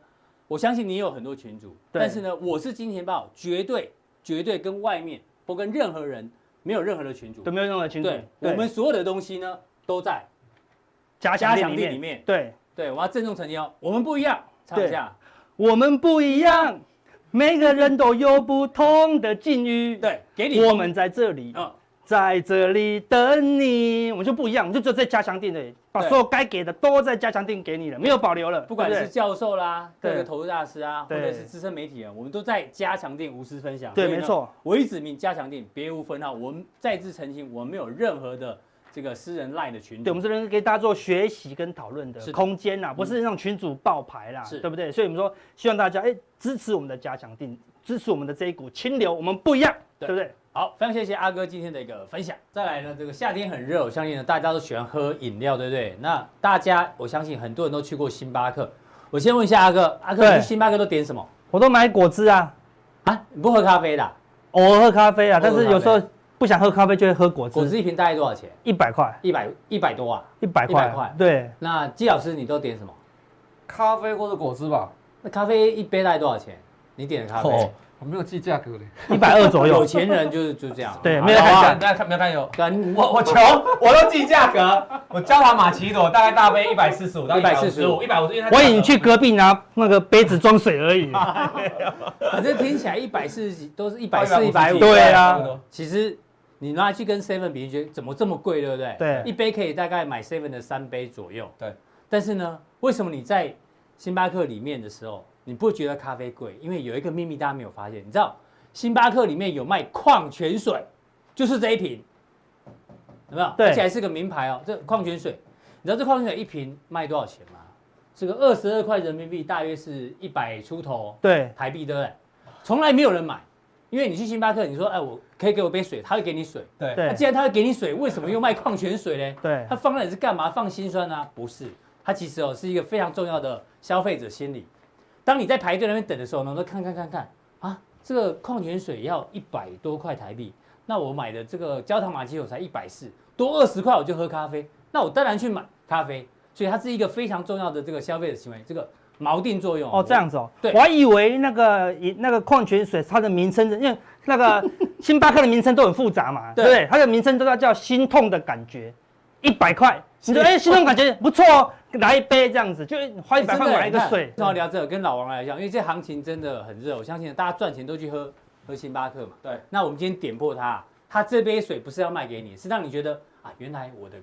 Speaker 2: 我相信你也有很多群主，
Speaker 4: 对
Speaker 2: 但是呢，我是金钱豹，绝对绝对跟外面不跟任何人没有任何的群主
Speaker 4: 都，没有用的群主
Speaker 2: 对，，我们所有的东西呢都在
Speaker 4: 加
Speaker 2: 加
Speaker 4: 强
Speaker 2: 强
Speaker 4: 力
Speaker 2: 地里
Speaker 4: 里
Speaker 2: 面
Speaker 4: 面，对，
Speaker 2: 对，我要郑重澄清哦，我们不一样，唱一下，
Speaker 4: 我们不一样，每个人都有不同的境遇。
Speaker 2: 对，给你
Speaker 4: 我们在这里，
Speaker 2: 嗯，
Speaker 4: 在这里等你，我们就不一样，我们就只有在加强定的，把
Speaker 2: 对
Speaker 4: 所有该给的都在加强定给你了，没有保留了，
Speaker 2: 不管
Speaker 4: 对
Speaker 2: 是
Speaker 4: 对
Speaker 2: 教授啦，各
Speaker 4: 对
Speaker 2: 个投资大师啊，或
Speaker 4: 对
Speaker 2: 者是资深媒体人，我们都在加强定无私分享。
Speaker 4: 对
Speaker 2: 所以呢
Speaker 4: 没错，
Speaker 2: 我一指明加强定，别无分号。我们再次澄清，我们没有任何的这个私人赖的群
Speaker 4: 对，
Speaker 2: 组。
Speaker 4: 我们这边是给大家做学习跟讨论
Speaker 2: 是
Speaker 4: 的
Speaker 2: 的嗯
Speaker 4: 空间啊啦，不是那种群主爆牌啦
Speaker 2: 是，
Speaker 4: 对不对？所以我们说，希望大家哎支持我们的加强定，支持我们的这一股清流，我们不一样，
Speaker 2: 对
Speaker 4: 对不对？
Speaker 2: 好，非常谢谢阿哥今天的一个分享。再来呢，这个夏天很热，我相信呢大家都喜欢喝饮料，对不对？那大家，我相信很多人都去过星巴克。我先问一下阿哥，阿哥
Speaker 4: 对
Speaker 2: 你去星巴克都点什么
Speaker 4: 我都买果汁啊，
Speaker 2: 啊？你不喝咖啡的啊、
Speaker 4: 偶尔喝咖啡啊，
Speaker 2: 偶尔
Speaker 4: 但
Speaker 2: 喝咖啡
Speaker 4: 是有时候不想喝咖啡就会喝果
Speaker 2: 果
Speaker 4: 汁，
Speaker 2: 汁一瓶大概多少钱？
Speaker 4: 一百块，
Speaker 2: 一百一百多啊？
Speaker 4: 一百
Speaker 2: 100块
Speaker 4: 块，对，
Speaker 2: 那季老师你都点什么？
Speaker 5: 咖啡或者果汁吧。
Speaker 2: 那咖啡一杯大概多少钱？你点的咖啡？
Speaker 5: 哦，我没有记价格嘞。
Speaker 4: 一百二 左
Speaker 2: 有
Speaker 4: 右，
Speaker 2: 钱人就是就这样。
Speaker 4: 哦对，
Speaker 2: 啊
Speaker 4: 没有太
Speaker 5: 啊
Speaker 4: 干，，
Speaker 5: 大家 看没有看有？
Speaker 2: 对啊，你
Speaker 5: 我我穷，我都记价格。我焦糖玛奇朵大概大杯一百四十五到
Speaker 2: 145
Speaker 5: 一百五十，因为它
Speaker 4: 我以为你去隔壁拿那个杯子装水而 已，
Speaker 2: 反正听起来一百四十几都是一
Speaker 5: 价
Speaker 2: 百
Speaker 5: 格
Speaker 2: 哦四、一百五。
Speaker 4: 对啊
Speaker 5: 差不多
Speaker 2: 其实你拿去跟 Seven 比，你觉得怎么这么贵，对不对？
Speaker 4: 对
Speaker 2: 一杯可以大概买 Seven 的三杯左右。
Speaker 5: 对。
Speaker 2: 但是呢，为什么你在星巴克里面的时候，你不会觉得咖啡贵？因为有一个秘密大家没有发现，你知道星巴克里面有卖矿泉水，就是这一瓶，有没有？
Speaker 4: 对
Speaker 2: 而且还是个名牌哦，这矿泉水。你知道这矿泉水一瓶卖多少钱吗？这个二十二块人民币，大约是一百出头。
Speaker 4: 对，
Speaker 2: 台币，对不对？从来没有人买，因为你去星巴克，你说，哎，我可以给我杯水，他会给你水。
Speaker 5: 对
Speaker 4: 对
Speaker 2: 那既然他会给你水，为什么又卖矿泉水嘞？
Speaker 4: 对
Speaker 2: 他放那里是干嘛？放心酸啊？不是，它其实哦是一个非常重要的消费者心理。当你在排队那边等的时候呢，都看看看看啊，这个矿泉水要一百多块台币，那我买的这个焦糖玛奇朵才一百四，多二十块我就喝咖啡，那我当然去买咖啡。所以它是一个非常重要的这个消费者行为，这个锚定作用
Speaker 4: 哦，这样子哦，
Speaker 2: 对
Speaker 4: 我还以为那个以那个矿泉水它的名称，因为那个星巴克的名称都很复杂嘛，
Speaker 2: 对
Speaker 4: 对不对？它的名称都要叫心痛的感觉，一百块，你说哎，心痛感觉不错哦，来一杯这样子，就花一哎百
Speaker 2: 哎
Speaker 4: 块买一个水，
Speaker 2: 正好聊这个，跟老王来讲，因为这行情真的很热，我相信大家赚钱都去喝喝星巴克嘛。
Speaker 5: 对，
Speaker 2: 那我们今天点破它，它这杯水不是要卖给你，是让你觉得啊，原来我的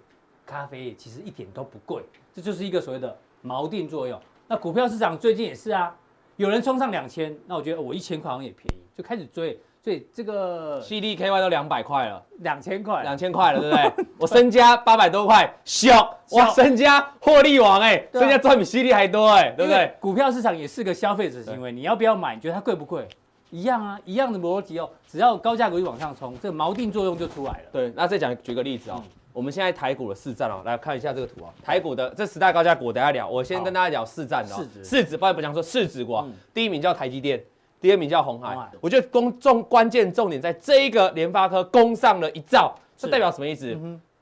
Speaker 2: 咖啡其实一点都不贵，这就是一个所谓的锚定作用。那股票市场最近也是啊，有人冲上两千，那我觉得我一千块好像也便宜，就开始追，所以这个
Speaker 5: ，CDKY 都两百块了，
Speaker 2: 两千块，
Speaker 5: 两千块了，对不对？我身家八百多块，小哇，身家获利王哎，
Speaker 2: 对啊
Speaker 5: 身家赚比 CD 还多哎，对不
Speaker 2: 因
Speaker 5: 对
Speaker 2: 为？股票市场也是个消费者行为，你要不要买？你觉得它贵不贵？一样啊，一样的逻辑哦。只要高价股一往上冲，这个锚定作用就出来了。嗯
Speaker 5: 对，那再讲举个例子哦，我们现在台股的市占哦，来看一下这个图啊、台股的这十大高价股，等一下聊。我先
Speaker 2: 好
Speaker 5: 跟大家聊市占的、哦，
Speaker 2: 市值
Speaker 5: 市值，不然不讲说市值股、啊
Speaker 2: 嗯
Speaker 5: 第一名叫台积电。第二名叫红海
Speaker 2: 鸿海，
Speaker 5: 我觉得公重关键重点在这一个联发科攻上了一兆，这
Speaker 2: 是嗯
Speaker 5: 代表什么意思？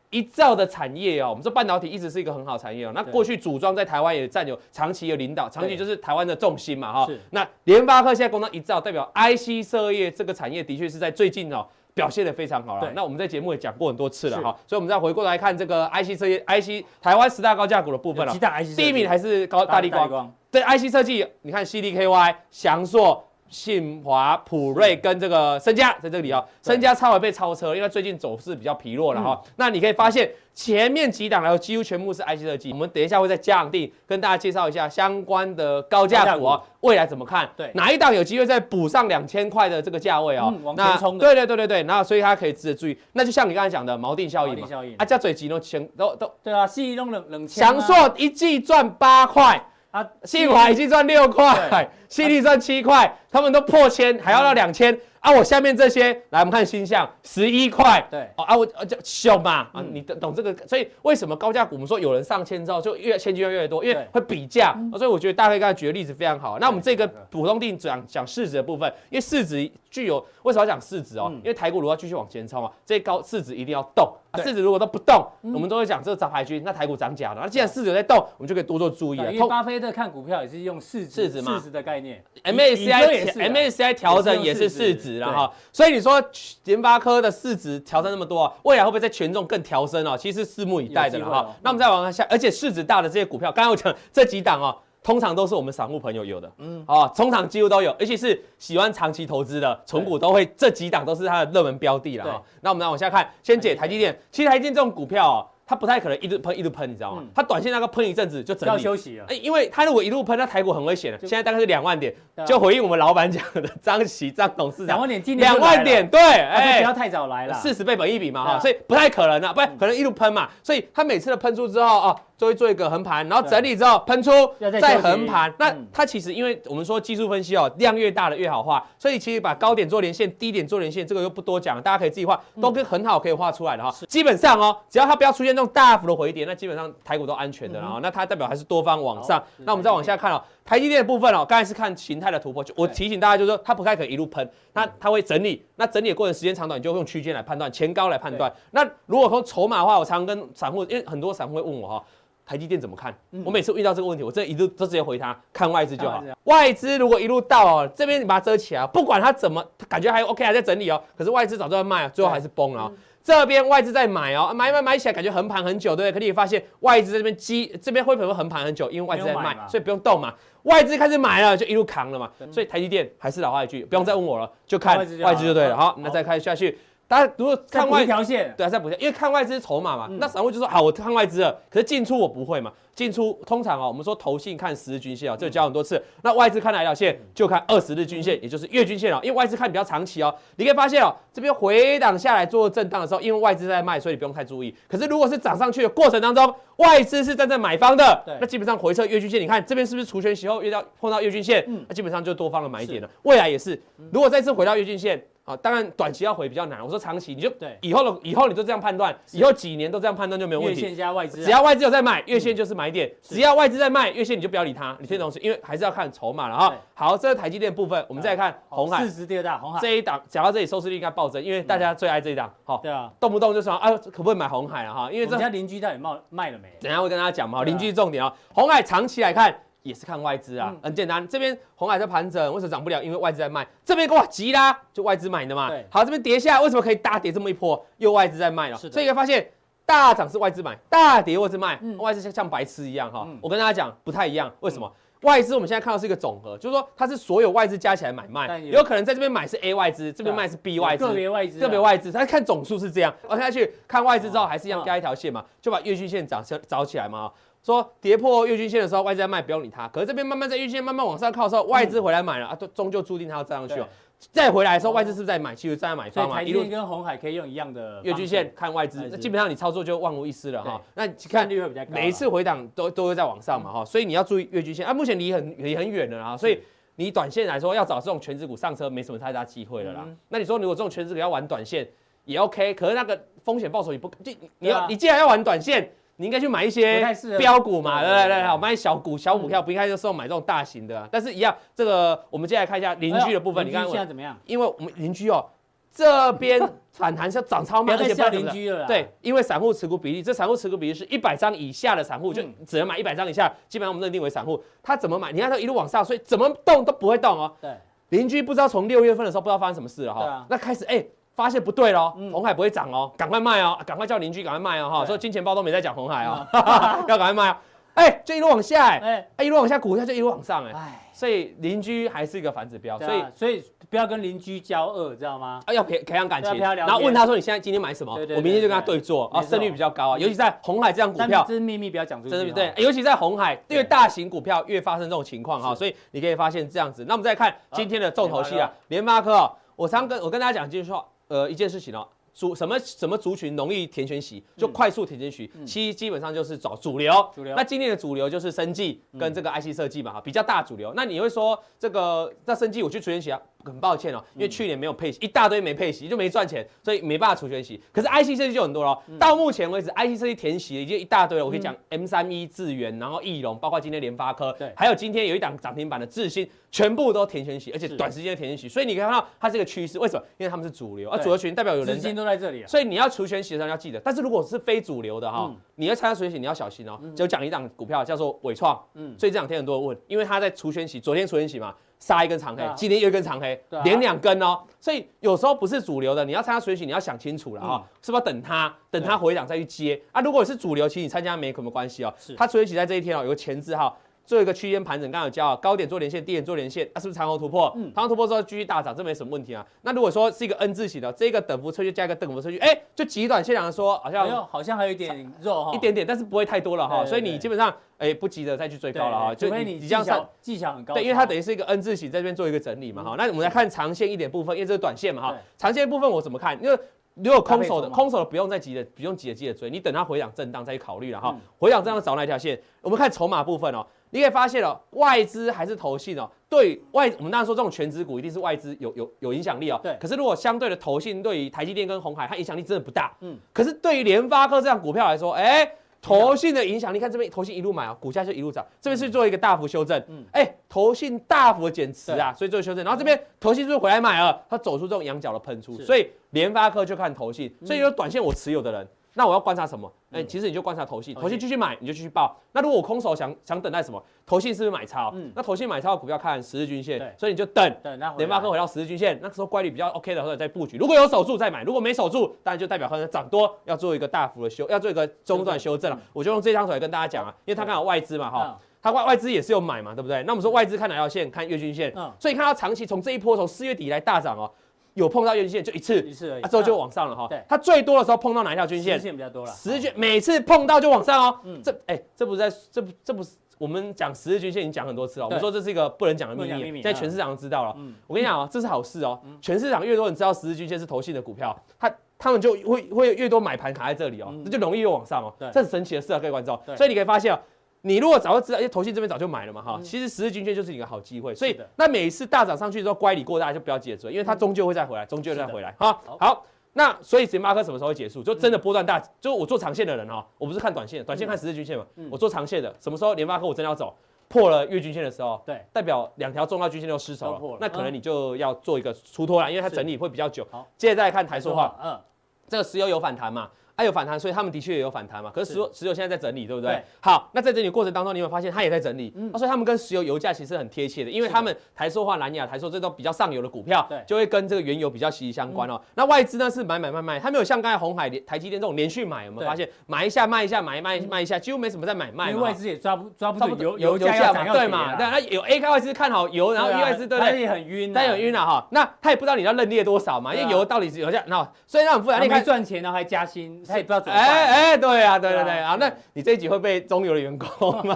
Speaker 5: 一兆的产业哦，我们说半导体一直是一个很好的产业哦。那
Speaker 2: 对
Speaker 5: 过去组装在台湾也占有长期的领导，长期
Speaker 2: 对
Speaker 5: 就是台湾的重心嘛哈、
Speaker 2: 是
Speaker 5: 那联发科现在攻到一兆，代表 IC 设业这个产业的确是在最近哦表现的非常好了
Speaker 2: 对。
Speaker 5: 那我们在节目也讲过很多次了
Speaker 2: 是
Speaker 5: 哈，所以我们再回过来看这个 IC 设业 IC 台湾十大高价股的部分
Speaker 2: 有
Speaker 5: 了
Speaker 2: 鸡。蛋 IC 设计
Speaker 5: 第一名还是高大力光，
Speaker 2: 光，
Speaker 5: 对 IC 设计，你看 CDKY、翔硕、信华、普瑞跟这个身家，在这里哦，
Speaker 2: 对嗯
Speaker 5: 身家超微被超车，因为最近走势比较疲弱了哈、那你可以发现前面几档来后几乎全部是 IC 设计，我们等一下会在嘉阳定跟大家介绍一下相关的高价股
Speaker 2: 高价
Speaker 5: 哦
Speaker 2: 股，
Speaker 5: 未来怎么看？
Speaker 2: 对
Speaker 5: 哪一档有机会再补上两千块的这个价位哦？
Speaker 2: 嗯往前
Speaker 5: 那
Speaker 2: 冲的
Speaker 5: 对对对对对，那所以它可以值得注意。那就像你刚才讲的锚定效应
Speaker 2: 锚
Speaker 5: 嘛
Speaker 2: 定，效应
Speaker 5: 啊，加嘴急都前都都，
Speaker 2: 对啊，西一弄冷冷枪啊
Speaker 5: 翔硕一季赚八块。
Speaker 2: 啊，
Speaker 5: 信华已经赚六块，信力赚七块，他们都破千，还要到两千啊！我下面这些，来我们看星象，十一块，
Speaker 2: 对
Speaker 5: 哦啊，我啊叫小嘛啊
Speaker 2: 嗯，
Speaker 5: 你懂懂这个，所以为什么高价股我们说有人上千之后就越千金越越多，因为
Speaker 2: 对
Speaker 5: 会比价，啊所以我觉得大黑刚才举的例子非常好。那我们这个
Speaker 2: 对对
Speaker 5: 普通定讲讲市值的部分，因为市值具有为什么要讲市值哦？
Speaker 2: 嗯
Speaker 5: 因为台股如果要继续往前冲啊，这些高市值一定要动，啊
Speaker 2: 对
Speaker 5: 市值如果都不动，我们都会讲这个杂牌军，那台股涨假的，那既然市值有在动，我们就可以多做注意
Speaker 2: 对
Speaker 5: 了。
Speaker 2: 因为
Speaker 5: 通
Speaker 2: 巴菲特看股票也是用市值
Speaker 5: 市值嘛
Speaker 2: 市值的概念
Speaker 5: MSCI
Speaker 2: 也是啊
Speaker 5: MSCI 调整也是市值了哈，所以你说联发科的市值调升那么多、啊，未来会不会在权重更调升哦？其实是拭目以待的了
Speaker 2: 有机会
Speaker 5: 哈
Speaker 2: 哦。
Speaker 5: 那我们再往下，而且市值大的这些股票，刚才我讲这几档哦，通常都是我们散户朋友有的，嗯，啊，通常几乎都有，尤其是喜欢长期投资的存股都会，这几档都是它的热门标的了
Speaker 2: 对哎
Speaker 5: 哈。那我们来往下看，先解台积电，其实台积电这种股票哦，它不太可能一直喷一直喷，你知道吗？它短线那个喷一阵子就整
Speaker 2: 嗯要
Speaker 5: 理，
Speaker 2: 休息了
Speaker 5: 哎，。因为他如果一路喷，那台股很危险的。
Speaker 2: 就
Speaker 5: 现在大概是两万点
Speaker 2: 对，啊
Speaker 5: 就回应我们老板讲的张喜张董事
Speaker 2: 两
Speaker 5: 长，
Speaker 2: 万啊点，今年
Speaker 5: 两
Speaker 2: 就来
Speaker 5: 万
Speaker 2: 了，
Speaker 5: 点，对，
Speaker 2: 哎，
Speaker 5: 哎
Speaker 2: 不要，太早来了。
Speaker 5: 四十倍本一比嘛
Speaker 2: 对啊
Speaker 5: 哈，所以不太可能啊，不然可能一路喷嘛，所以它每次的喷出之后啊，就会做一个横盘，然后整理之后喷出
Speaker 2: 要再
Speaker 5: 再
Speaker 2: 休息
Speaker 5: 横盘。那
Speaker 3: 嗯
Speaker 5: 它其实因为我们说技术分析哦，量越大的越好画，所以其实把高点做连线，低点做连线，这个就不多讲了，大家可以自己画，都跟很好可以画出来的哈。基本上哦，只要它不要出现这种大幅的回跌，那基本上台股都安全的了哈。那它代表嗯还是多方往上
Speaker 2: 好。
Speaker 5: 那我们再往下看哦，台积电的部分哦，刚才是看形态的突破，就我
Speaker 2: 对
Speaker 5: 提醒大家就是说它不太可能一路喷，那它会整理，那整理的过程时间长短，你就用区间来判断，前高来判断。那如果从筹码的话，我常跟散户，因为很多散户会问我哈、台积电怎么看？我每次遇到这个问题，我这一路都直接回他看外资就
Speaker 2: 嗯看
Speaker 5: 好
Speaker 2: 外资啊。
Speaker 5: 外资如果一路到哦，这边你把它遮起来，不管它怎么，感觉还 OK，还在整理哦。可是外资早就在卖，最后还是崩
Speaker 2: 嗯
Speaker 5: 了、哦。这边外资在买哦，买买买起来，感觉横盘很久，对不对？可你也发现外资这边积，这边会不会横盘很久？因为外资在
Speaker 2: 不用买
Speaker 5: 卖
Speaker 2: 嘛，
Speaker 5: 所以不用动嘛。外资开始买了，就一路扛了嘛。所以台积电还是老话一句，不用再问我了，就看
Speaker 2: 看外资就好
Speaker 5: 外资就对了。
Speaker 2: 好
Speaker 5: 好，那再看下去，大家如果
Speaker 2: 再
Speaker 5: 看
Speaker 2: 补
Speaker 5: 外
Speaker 2: 一条嗯线，
Speaker 5: 对啊，再补一下，因为看外资筹码嘛，那散户就说好，我看外资了，啊可是进出我不会嘛，进出通常哦，我们说投信看十日均线哦，这个教很多次，那外资看哪一条线就看二十日均
Speaker 2: 嗯
Speaker 5: 线，也就是月均线哦，因为外资看比较长期哦，你可以发现哦，这边回档下来做震荡的时候，因为外资在卖，所以你不用太注意，可是如果是涨上去的过程当中，外资是站在买方的
Speaker 2: 对，
Speaker 5: 那基本上回撤月均线，你看这边是不是除权息后遇到碰到月均线，
Speaker 2: 嗯
Speaker 5: 那基本上就多方的买点了，未来也是，如果再次回到月均线。啊，当然短期要回比较难。我说长期你就
Speaker 2: 对
Speaker 5: 以后的以后你就这样判断，以后几年都这样判断就没有问
Speaker 2: 月
Speaker 5: 题。
Speaker 2: 线加外资啊，嗯
Speaker 5: 只要外资有在买，月线就是买点；只要外资在卖，月线你就不要理它。你听懂是？因为还是要看筹码了哈
Speaker 2: 对。
Speaker 5: 好，这是台积电部分，我们再来看红海
Speaker 2: 市值第二大，红海，
Speaker 5: 这一档，讲到这里收视率应该暴增，因为大
Speaker 2: 嗯
Speaker 5: 家最爱这一档。好，
Speaker 2: 对啊，
Speaker 5: 动不动就说啊，可不可以买红海啊？哈，因为
Speaker 2: 我
Speaker 5: 这
Speaker 2: 们家邻居到底卖卖了没？
Speaker 5: 等一下会跟大家讲嘛，好
Speaker 2: 对啊
Speaker 5: 邻居重点哦。红海长期来看也是看外资啊，
Speaker 2: 嗯
Speaker 5: 很简单。这边红海在盘整，为什么涨不了？因为外资在卖。这边哇急啦，就外资买的嘛
Speaker 2: 对。
Speaker 5: 好，这边跌下来，为什么可以大跌这么一波？又外资在卖了，
Speaker 2: 是的
Speaker 5: 所以你会发现。大涨是外资买，大跌外资卖，
Speaker 2: 嗯
Speaker 5: 外资像像白痴一样哈。我跟大家讲不太一样，为什么？
Speaker 2: 嗯
Speaker 5: 外资我们现在看到是一个总和，就是说它是所有外资加起来买卖，
Speaker 2: 但有
Speaker 5: 有可能在这边买是 A 外资，这边
Speaker 2: 对啊
Speaker 5: 卖是 B 外资，
Speaker 2: 个别外资啊，
Speaker 5: 个别外资，他看总数是这样，我看下去看外资之后还是一样
Speaker 2: 嗯
Speaker 5: 加一条线嘛，就把月均线涨找起来嘛。哦说跌破月均线的时候，外资在卖，不用理它。可是这边慢慢在月均线慢慢往上靠的时候，外资回来买了啊，都终究注定它要站上去哦。再回来的时候，外资是不是在买？其实站在买
Speaker 2: 所以
Speaker 5: 方嘛，
Speaker 2: 台
Speaker 5: 一
Speaker 2: 积
Speaker 5: 路
Speaker 2: 电跟红海可以用一样的
Speaker 5: 月均线看外资
Speaker 2: 外，资
Speaker 5: 那基本上你操作就万无一失了哈
Speaker 2: 对。
Speaker 5: 那你看
Speaker 2: 看率会比较高啦，啊嗯
Speaker 5: 每一次回档都都会在往上嘛哈，所以你要注意月均线啊，目前离很离很远了啊，所以你短线来说要找这种全指股上车没什么太大机会了
Speaker 2: 嗯
Speaker 5: 啦。那你说如果这种全指股要玩短线也 OK，可是那个风险报酬你不就你
Speaker 2: 对啊
Speaker 5: 要你既然要玩短线，你应该去买一些
Speaker 2: 不太适合
Speaker 5: 标股嘛，
Speaker 2: 对
Speaker 5: 对
Speaker 2: 对
Speaker 5: 对
Speaker 2: 对嗯
Speaker 5: 对，好买小股小股票，不应该就是要买这种大型的啊。但是一样，这个我们接下来看一下邻居的部分，你
Speaker 2: 哎呦邻
Speaker 5: 刚刚
Speaker 2: 居现在
Speaker 5: 问
Speaker 2: 怎么样？
Speaker 5: 因为我们邻居哦。这 边反弹是涨超
Speaker 2: 不
Speaker 5: 慢，
Speaker 2: 要
Speaker 5: 而且
Speaker 2: 再
Speaker 5: 不知道
Speaker 2: 笑
Speaker 5: 怎
Speaker 2: 邻
Speaker 5: 么
Speaker 2: 居了啦，
Speaker 5: 对，因为散户持股比例，这散户持股比例是一百张以下的散
Speaker 2: 嗯
Speaker 5: 户，就只能买一百张以下，基本上我们认定为散户。他怎么买？你看他一路往上，所以怎么动都不会动哦。
Speaker 2: 对，
Speaker 5: 邻居不知道从六月份的时候不知道发生什么事了哈、
Speaker 2: 对啊嗯
Speaker 5: 那开始哎、发现不对喽，红海不会涨哦，赶快卖哦，赶快叫邻居赶快卖哦哈，
Speaker 2: 对嗯
Speaker 5: 说金钱包都没在讲红海哦， 要赶快卖哦，哎、就一路往下哎、
Speaker 2: 哎
Speaker 5: 哎一路往下，股价就一路往上哎、
Speaker 2: 哎，
Speaker 5: 所以邻居还是一个反指标，
Speaker 2: 对
Speaker 5: 所以
Speaker 2: 啊所以不要跟邻居交恶，知道吗？
Speaker 5: 啊，要培培养感情，
Speaker 2: 对要聊天
Speaker 5: 然后问他说你现在今天买什么？
Speaker 2: 对对对
Speaker 5: 我明天就跟他对坐，
Speaker 2: 对
Speaker 5: 啊，
Speaker 2: 没错
Speaker 5: 胜率比较高啊，尤其在红海这样股
Speaker 2: 但
Speaker 5: 票。
Speaker 2: 这是秘密，不要讲出去
Speaker 5: 真
Speaker 2: 哦，
Speaker 5: 的对，尤其在红海，
Speaker 2: 对
Speaker 5: 越大型股票越发生这种情况哈，所以你可以发现这样子。那我们再看今天的重头戏啊，联发科哦，我常跟我跟大家讲就是说，呃，一件事情哦。族什么什么族群容易填全席，就快速填全席，其基本上就是找主流。
Speaker 2: 嗯主流
Speaker 5: 那今年的主流就是生技
Speaker 2: 嗯
Speaker 5: 跟这个 IC 设计嘛，哈，比较大主流。那你会说这个在生技我去除权息啊？很抱歉哦，
Speaker 2: 嗯
Speaker 5: 因为去年没有配息，一大堆没配息就没赚钱，所以没办法除权息。可是 IC 设计就很多了
Speaker 2: 嗯
Speaker 5: 哦，到目前为止 IC 设计填息已经一大堆了。我可以讲 M 三一、智源，然后翼龙，包括今天联发科
Speaker 2: 对，
Speaker 5: 还有今天有一档涨停板的智新，全部都填全息，而且
Speaker 2: 是
Speaker 5: 短时间填全息。所以你可以看到它是一个趋势，为什么？因为他们是主流，而啊
Speaker 2: 对
Speaker 5: 主流群代表有人
Speaker 2: 资
Speaker 5: 在
Speaker 2: 金都在这里啊，
Speaker 5: 所以你要除权协商要记得，但是如果是非主流的哈、
Speaker 2: 嗯
Speaker 5: 你要参加除权息你要小心哦。就讲一档股票叫做伟创，
Speaker 2: 嗯
Speaker 5: 所以这两天很多人问，因为他在除权息，昨天除权息嘛，杀一根长黑，
Speaker 2: 对啊
Speaker 5: 今天又一根长黑，
Speaker 2: 对啊
Speaker 5: 连两根哦。所以有时候不是主流的，你要参加除权息，你要想清楚了哈、
Speaker 2: 嗯
Speaker 5: 是不是要等它等它回档再去接啊？如果是主流，其实你参加没什么关系哦
Speaker 2: 是。
Speaker 5: 它除权息在这一天哦，有个前置号。最后一个区间盘整，刚刚有教啊，高点做连线，低点做连线，啊，是不是长虹突破？
Speaker 2: 嗯
Speaker 5: 长虹突破之后继续大涨，这没什么问题啊。那如果说是一个 N 字形的，这个等幅测距加一个等幅测距，哎，就极短线讲说好
Speaker 2: 哎
Speaker 5: 像
Speaker 2: 呦，好像还有一点肉哈，
Speaker 5: 一点点，但是不会太多了哈。
Speaker 2: 对对
Speaker 5: 所以
Speaker 2: 对
Speaker 5: 你基本上哎不急着再去追
Speaker 2: 对
Speaker 5: 高了哈，
Speaker 2: 对除非
Speaker 5: 你
Speaker 2: 你
Speaker 5: 你
Speaker 2: 技
Speaker 5: 这样上
Speaker 2: 巧技巧很高超，嗯
Speaker 5: 对，因为它等于是一个 N 字形在这边做一个整理嘛，哈、那我们来看长线一点部分，因为这是短线嘛，哈
Speaker 2: 对。
Speaker 5: 长线部分我怎么看？因为如果空手
Speaker 2: 搭配筹码
Speaker 5: 的，空手的不用再急着，不用急着急着追，你等它回档震荡再去考虑了哈、
Speaker 2: 嗯
Speaker 5: 回档震荡找那条线？我们看筹码部分哦，你可以发现哦，外资还是投信哦，对外我们当然说这种全指股一定是外资有有有影响力哦。
Speaker 2: 对
Speaker 5: 可是如果相对的投信对于台积电跟红海，它影响力真的不大。
Speaker 2: 嗯
Speaker 5: 嗯。可是对于联发科这样股票来说，哎、投信的影响力，看这边投信一路买啊，股价就一路涨，这边是做一个大幅修正，
Speaker 2: 嗯
Speaker 5: 嗯，哎，投信大幅的减持啊，所以做修正，然后这边投信是不是回来买了？它走出这种羊角的喷出，
Speaker 2: 是嗯
Speaker 5: 所以联发科就看投信，所以有短线我持有的人，那我要观察什么？哎，其实你就观察投信，
Speaker 2: 投
Speaker 5: 投信
Speaker 2: 信
Speaker 5: 继续买你就继续报，那如果我空手想想等待什么？投信是不是买超
Speaker 2: 嗯？
Speaker 5: 那投信买超的股票看十日均
Speaker 2: 对
Speaker 5: 线，所以你就等。
Speaker 2: 对，那
Speaker 5: 联发科
Speaker 2: 回
Speaker 5: 回到十日均线，那个时候乖离比较 OK 的时候再布局。如果有守住再买，如果没守住，当然就代表它涨多，要做一个大幅的修，要做一个中段修正了啊嗯
Speaker 2: 嗯。
Speaker 5: 我就用这张手来跟大家讲啊，因为它刚好外资嘛
Speaker 2: 来
Speaker 5: 哈，它外外资也是有买嘛，对不对？那我们说外资看哪条线？看月均线
Speaker 2: 嗯，
Speaker 5: 所以看到长期从这一波从四月底以来大涨哦，有碰到月均线就一次
Speaker 2: 嗯，一次而已，
Speaker 5: 啊之后就往上了哈
Speaker 2: 对。
Speaker 5: 它最多的时候碰到哪一条均
Speaker 2: 十
Speaker 5: 线？
Speaker 2: 线比较多了，
Speaker 5: 十日均每次碰到就往上哦。
Speaker 2: 嗯
Speaker 5: 这哎、这不是在这不这不是我们讲十日均线已经讲很多次了，我们
Speaker 2: 对
Speaker 5: 说这是一个不能讲的秘
Speaker 2: 不能
Speaker 5: 密，
Speaker 2: 讲秘密
Speaker 5: 现在全市场都知道了。
Speaker 2: 嗯
Speaker 5: 我跟你讲啊，这是好事哦，全市场越多人知道十日均线是投信的股票，它。他们就会会越多买盘卡在这里哦，
Speaker 2: 嗯
Speaker 5: 这就容易越往上哦
Speaker 2: 对，
Speaker 5: 这是神奇的事啊，各位观众
Speaker 2: 对。
Speaker 5: 所以你可以发现哦，你如果早就知道，因为投信这边早就买了嘛哈，
Speaker 2: 嗯
Speaker 5: 其实十日均线就是一个好机会。所
Speaker 2: 是
Speaker 5: 以
Speaker 2: 的嗯
Speaker 5: 那每一次大涨上去之后，乖离过大就不要解追，因为它终究会再回来，终究会再回来哈
Speaker 2: 好。嗯
Speaker 5: 好，那所以联发科什么时候会结束？就真的波段大，就是我做长线的人哦，我不是看短线，短线看十日均线嘛
Speaker 2: 嗯，
Speaker 5: 我做长线的，什么时候联发科我真的要走破了月均线的时候，
Speaker 2: 对，
Speaker 5: 代表两条重要均线都失守
Speaker 2: 都破了
Speaker 5: 了，那可能
Speaker 2: 嗯
Speaker 5: 你就要做一个出脱了，因为它整理会比较久
Speaker 2: 好。
Speaker 5: 接着再来看台塑化，，
Speaker 2: 嗯，
Speaker 5: 这个石油有反弹嘛？啊，有反弹，所以他们的确也有反弹嘛。可是石油石油现在在整理，对不对？
Speaker 2: 对
Speaker 5: 好，那在整理过程当中，你有没有发现它也在整理？
Speaker 2: 嗯
Speaker 5: 啊所以他们跟石油油价其实很贴切的，因为
Speaker 2: 是的
Speaker 5: 他们台塑化、蓝亚、台塑这都比较上游的股票
Speaker 2: 对，嗯
Speaker 5: 就会跟这个原油比较息息相关哦。那外资呢是买买卖卖，它没有像刚才红海、台积电这种连续买，有没
Speaker 2: 对嗯
Speaker 5: 有发现买一下卖一下买一卖卖一下，几乎没什么在买
Speaker 2: 因
Speaker 5: 卖
Speaker 2: 为
Speaker 5: 嘛。
Speaker 2: 外资也抓不抓不
Speaker 5: 差不
Speaker 2: 准
Speaker 5: 多
Speaker 2: 油油价要涨要
Speaker 5: 对
Speaker 2: 跌
Speaker 5: 嘛？
Speaker 2: 啦
Speaker 5: 对，，那有 A 开外资看好油，然后 E
Speaker 2: 啊
Speaker 5: 外资对不
Speaker 2: 他
Speaker 5: 对？
Speaker 2: 也很晕啊，
Speaker 5: 但有晕了哈，那他也不知道你要认列多少嘛，因为
Speaker 2: 对啊
Speaker 5: 油到底是有价，那所以那很复杂。
Speaker 2: 他
Speaker 5: 啊你
Speaker 2: 没
Speaker 5: 看，
Speaker 2: 赚钱，然后还加薪，他也不知道怎么办。
Speaker 5: 哎哎，对啊，对对
Speaker 2: 对
Speaker 5: 对
Speaker 2: 啊
Speaker 5: 啊，那你这一集会被中油的 员工吗？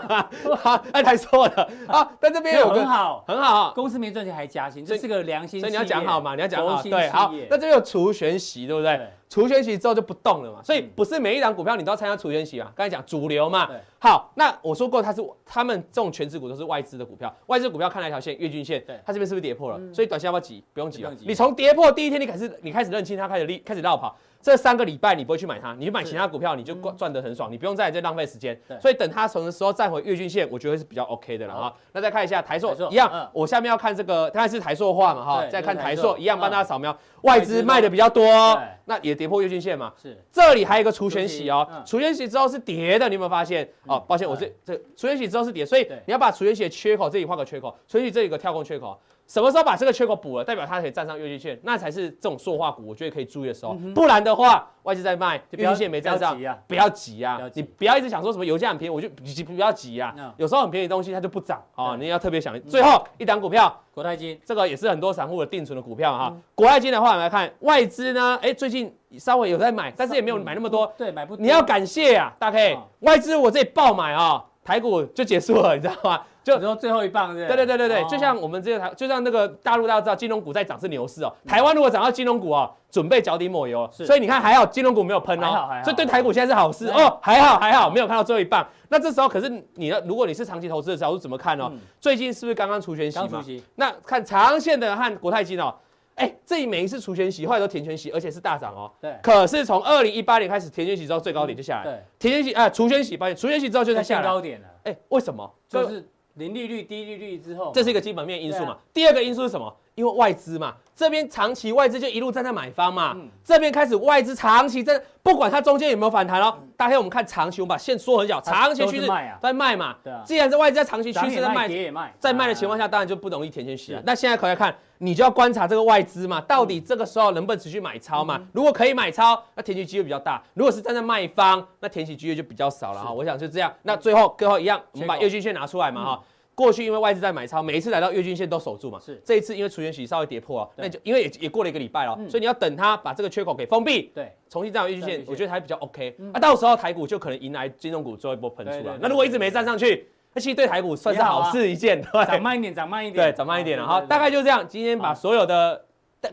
Speaker 5: 啊，哎，才说了啊，但这边
Speaker 2: 没有
Speaker 5: 有个
Speaker 2: 很好，
Speaker 5: 很好啊，
Speaker 2: 公司没赚钱还加薪，这
Speaker 5: 所以
Speaker 2: 是个良心企业。
Speaker 5: 所以你要讲好嘛，你要讲好，
Speaker 2: 佛心
Speaker 5: 对，好
Speaker 2: 企业，
Speaker 5: 那这边有除权息，对不对
Speaker 2: 对？
Speaker 5: 除权息之后就不动了嘛，所以
Speaker 2: 嗯
Speaker 5: 不是每一档股票你都要参加除权息嘛？刚才讲主流嘛
Speaker 2: 对，
Speaker 5: 好，那我说过它是他们这种全职股都是外资的股票，外资股票看了一条线月均线
Speaker 2: 对，
Speaker 5: 它这边是不是跌破了？
Speaker 2: 嗯
Speaker 5: 所以短线要不要急？不用急
Speaker 2: 不
Speaker 5: 了
Speaker 2: 用，急
Speaker 5: 你从跌破第一天你开始你开始认清它，开始立开始绕跑。这三个礼拜你不会去买它，你去买其他股票，你就赚赚得很爽，你不用再再浪费时间
Speaker 2: 嗯对。
Speaker 5: 所以等它什么时候站回月均线，我觉得是比较 OK 的了
Speaker 2: 好
Speaker 5: 哈。那再看一下台
Speaker 2: 台塑
Speaker 5: 塑，一样
Speaker 2: 嗯，
Speaker 5: 我下面要看这个，刚才是台塑化嘛哈
Speaker 2: 对，
Speaker 5: 再看台
Speaker 2: 就是台嗯
Speaker 5: 塑
Speaker 2: 塑
Speaker 5: 一样帮大家扫描，
Speaker 2: 外
Speaker 5: 外
Speaker 2: 资
Speaker 5: 资
Speaker 2: 都
Speaker 5: 卖的比较多哦
Speaker 2: 对，
Speaker 5: 那也跌破月均线嘛。
Speaker 2: 是
Speaker 5: 这里还有一个除权息哦
Speaker 2: 除权息嗯，
Speaker 5: 除权息之后是跌的，你有没有发现？哦，抱歉，我这这除权息之后是跌，所以
Speaker 2: 对
Speaker 5: 你要把除权息的缺口这里画个缺口，除权息这里有个跳空缺口，什么时候把这个缺口补了，代表它可以站上月均线，那才是这种塑化股我觉得可以注意的时候，不然的话外资在卖，
Speaker 2: 就不
Speaker 5: 月
Speaker 2: 要
Speaker 5: 均线没站上
Speaker 2: 嗯不要急啊，
Speaker 5: 不要急啊
Speaker 2: 不要，急
Speaker 5: 你不要一直想说什么油价很便宜，我就不要急
Speaker 2: 嗯
Speaker 5: 啊，有时候很便宜的东西它就不涨啊，
Speaker 2: 对嗯
Speaker 5: 你要特别想。最后一档股票。
Speaker 2: 国泰金，
Speaker 5: 这个也是很多散户的定存的股票
Speaker 2: 嗯
Speaker 5: 哈、国外金的话，我们来看外资呢，哎，最近稍微有在买，但是也没有
Speaker 2: 嗯
Speaker 5: 买那么多。
Speaker 2: 对，买不多
Speaker 5: 你要感谢啊，大 K，、
Speaker 2: 嗯
Speaker 5: 外资我这里爆买啊、台股就结束了，你知道吗？就
Speaker 2: 你说最后一棒是不
Speaker 5: 对
Speaker 2: 是？
Speaker 5: 对对对对，
Speaker 2: 哦
Speaker 5: 就像我们这个台，就像那个大陆大家知道，金融股在涨是牛市哦。台湾如果涨到金融股哦，准备脚底抹油。
Speaker 2: 嗯是
Speaker 5: 所以你看还好金融股没有喷
Speaker 2: 还好
Speaker 5: 哦
Speaker 2: 还好，
Speaker 5: 所以对台股现在是好事
Speaker 2: 还好
Speaker 5: 哦，还好还好没有看到最后一棒。那这时候可是你要，如果你是长期投资的角度怎么看哦
Speaker 2: 嗯？
Speaker 5: 最近是不是刚刚除权息
Speaker 2: 刚出
Speaker 5: 嘛？
Speaker 2: 席，
Speaker 5: 那看长线的和国泰金哦，哎，这里每一次除权息，后来都填权息，而且是大涨哦。
Speaker 2: 对
Speaker 5: 可是从二零一八年开始，填权息之后最高点就下来，
Speaker 2: 嗯对，
Speaker 5: 填权息啊，除权息，抱歉，除权息之后就
Speaker 2: 就
Speaker 5: 在
Speaker 2: 在
Speaker 5: 下
Speaker 2: 限
Speaker 5: 来。
Speaker 2: 高点了，
Speaker 5: 哎，为什么？
Speaker 2: 就是零利率、低利率之后，
Speaker 5: 这是一个基本面因素
Speaker 2: 对
Speaker 5: 嘛
Speaker 2: 啊。
Speaker 5: 第二个因素是什么？因为外资嘛，这边长期外资就一路站在买方嘛，
Speaker 2: 嗯
Speaker 5: 这边开始外资长期在，不管它中间有没有反弹哦，大家我们看长期，我们把线缩很小，
Speaker 2: 它
Speaker 5: 长期
Speaker 2: 嗯都
Speaker 5: 趋
Speaker 2: 是
Speaker 5: 势
Speaker 2: 卖啊
Speaker 5: 在卖嘛
Speaker 2: 对啊，
Speaker 5: 既然是外资在长期
Speaker 2: 涨也
Speaker 5: 趋势在卖
Speaker 2: 卖，，跌也卖，
Speaker 5: 在卖的情况
Speaker 2: 下，
Speaker 5: 下，当然就不容易填进去啊
Speaker 2: 是。
Speaker 5: 那现在可以看，你就要观察这个外资嘛，到
Speaker 2: 嗯
Speaker 5: 底这个时候能不能持续买超嘛？如果可以买超，那填息机会比较大；如果是站在卖方，那填息机会就比较少了哈。我想就这样。那最后最后一样，我们把月均线拿出来嘛哈。过去因为外资在买超，每一次来到月均线都守住嘛。
Speaker 2: 嗯是
Speaker 5: 这一次因为除权息稍微跌破了，哦
Speaker 2: 对
Speaker 5: 那就因为也也过了一个礼拜了，哦
Speaker 2: 嗯
Speaker 5: 所以你要等它把这个缺口给封闭，
Speaker 2: 对，
Speaker 5: 重新站上月均
Speaker 2: 站月
Speaker 5: 线
Speaker 2: 均，线嗯
Speaker 5: 我觉得还比较 OK。啊，到时候台股就可能迎来金融股最后一波喷
Speaker 2: 对
Speaker 5: 出
Speaker 2: 对
Speaker 5: 来
Speaker 2: 对。
Speaker 5: 那如果一直没站上去，那其实对台股算是
Speaker 2: 也好啊
Speaker 5: 好事一件，
Speaker 2: 涨
Speaker 5: 对
Speaker 2: 慢一点，涨慢一点，
Speaker 5: 对，涨慢一点了
Speaker 2: 哦
Speaker 5: 哈。
Speaker 2: 对对
Speaker 5: 大概就这样，今天把所有的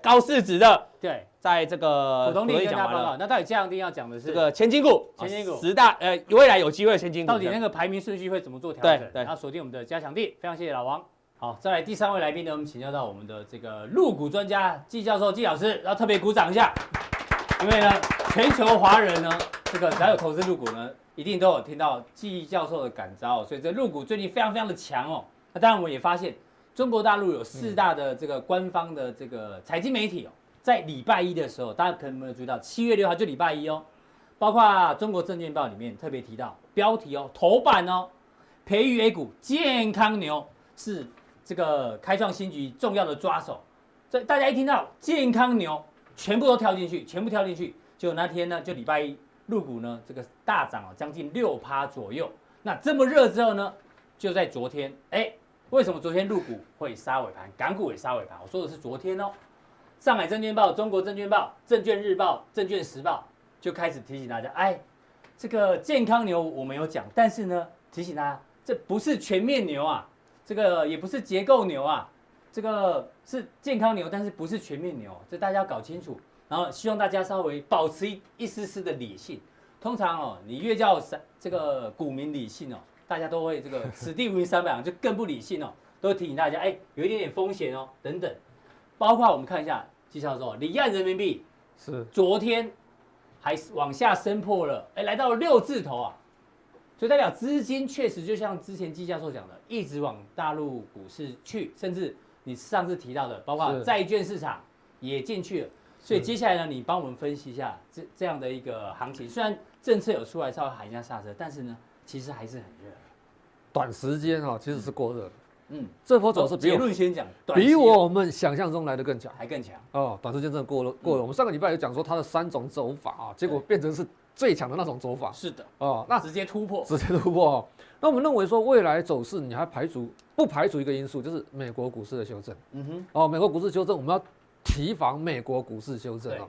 Speaker 5: 高市值的
Speaker 2: 对，
Speaker 5: 在这个
Speaker 2: 普通力跟
Speaker 5: 讲
Speaker 2: 大
Speaker 5: 完
Speaker 2: 报告。
Speaker 5: 了，
Speaker 2: 那到底这样一定要讲的是
Speaker 5: 这个前金股，
Speaker 2: 前金股
Speaker 5: 啊十大呃未来有机会的前金股
Speaker 2: 到底那
Speaker 5: 个
Speaker 2: 个排名顺序会怎么做调整？
Speaker 5: 对对
Speaker 2: 那锁定我们的加强地，非常谢谢老王。好，再来第三位来宾呢，我们请教到我们的这个入股专家季教授、季老师，然后特别鼓掌一下，因为呢，全球华人呢，这个只要有投资入股呢，一定都有听到季教授的感召哦，所以这入股最近非常非常的强哦。那当然我们也发现，中国大陆有四大的这个官方的这个财经媒体哦，在礼拜一的时候，大家可能没有注意到，七月六号就礼拜一哦，包括中国证券报里面特别提到标题哦，头版哦，培育 A 股健康牛是这个开创新局重要的抓手，所以大家一听到健康牛，全部都跳进去，全部跳进去。结果那天呢，就礼拜一入股呢这个大涨哦，将近六趴左右。那这么热之后呢，就在昨天，哎，为什么昨天入股会杀尾盘，港股也杀尾盘？我说的是昨天哦。上海证券报、中国证券报、证券日报、证券时报就开始提醒大家，哎，这个健康牛我们有讲，但是呢，提醒大家，这不是全面牛啊，这个也不是结构牛啊，这个是健康牛，但是不是全面牛，这大家要搞清楚。然后希望大家稍微保持一一丝丝的理性。通常哦，你越叫散这个股民理性哦，大家都会这个此地无银三百两，就更不理性哦，都会提醒大家，哎，有一点点风险哦，等等。包括我们看一下季教授，离岸人民币
Speaker 4: 是
Speaker 2: 昨天还是往下升破了，哎，来到了六字头啊，所以代表资金确实就像之前季教授讲的，一直往大陆股市去，甚至你上次提到的，包括
Speaker 4: 是
Speaker 2: 债券市场也进去了。所以接下来呢，你帮我们分析一下这这样的一个行情。虽然政策有出来稍微喊一下刹车，但是呢，其实还是很热。
Speaker 6: 短时间哈、其实是过热的。
Speaker 2: 嗯，
Speaker 6: 这波走势比
Speaker 2: 结
Speaker 6: 我
Speaker 2: 论先讲，短期
Speaker 6: 比我们想象中来的更强
Speaker 2: 还更强。
Speaker 6: 哦，短时间真的过了过了。我们上个礼拜有讲说它的三种走法啊，结果变成是最强的那种走法
Speaker 2: 是的，
Speaker 6: 哦，那
Speaker 2: 直接突破。
Speaker 6: 直接突破哦。那我们认为说未来走势，你还排除不排除一个因素，就是美国股市的修正
Speaker 2: 嗯哼，
Speaker 6: 哦。美国股市修正，我们要提防美国股市修正哦，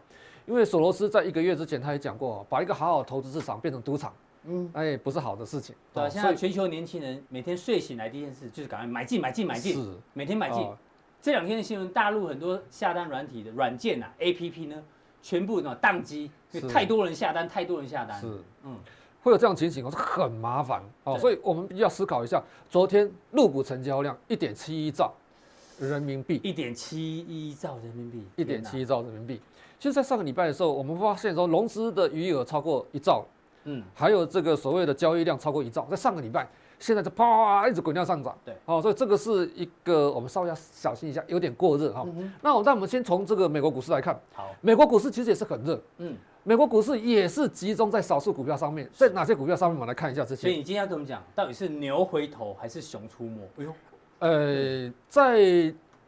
Speaker 6: 因为索罗斯在一个月之前他也讲过、哦，把一个好好的投资市场变成赌场，
Speaker 2: 嗯
Speaker 6: 嗯，哎，不是好的事情。
Speaker 2: 对啊，
Speaker 6: 哦
Speaker 2: 现
Speaker 6: 所
Speaker 2: 在
Speaker 6: 以
Speaker 2: 全球年轻人每天睡醒来第一件事就是赶快买进、买进、买进，
Speaker 6: 是
Speaker 2: 每天买进。
Speaker 6: 哦
Speaker 2: 这两天的新闻，大陆很多下单软体的软件啊、APP 呢，全部呢宕机，因为
Speaker 6: 是
Speaker 2: 太多人下单，太多人下单。
Speaker 6: 是，
Speaker 2: 嗯
Speaker 6: 嗯，会有这样情形哦，是很麻烦哦，
Speaker 2: 对
Speaker 6: 所以我们要思考一下，昨天入股成交量一点七一兆人民币，
Speaker 2: 一点七一兆人民币，
Speaker 6: 一
Speaker 2: 天
Speaker 6: 点
Speaker 2: 哪
Speaker 6: 七一兆人民币。其实，在上个礼拜的时候，我们发现说融资的余额超过一兆，
Speaker 2: 嗯，
Speaker 6: 还有这个所谓的交易量超过一兆，在上个礼拜，现在就啪一直滚量上涨。
Speaker 2: 对，
Speaker 6: 哦，所以这个是一个我们稍微要小心一下，有点过热哈、
Speaker 2: 嗯哼
Speaker 6: 那我那我们先从这个美国股市来看，
Speaker 2: 好，
Speaker 6: 美国股市其实也是很热，
Speaker 2: 嗯，
Speaker 6: 美国股市也是集中在少数股票上面，在哪些股票上面？我们来看一下这
Speaker 2: 所以
Speaker 6: 些。
Speaker 2: 你今天要跟我们讲，到底是牛回头还是熊出没？哎呦，
Speaker 6: 呃，在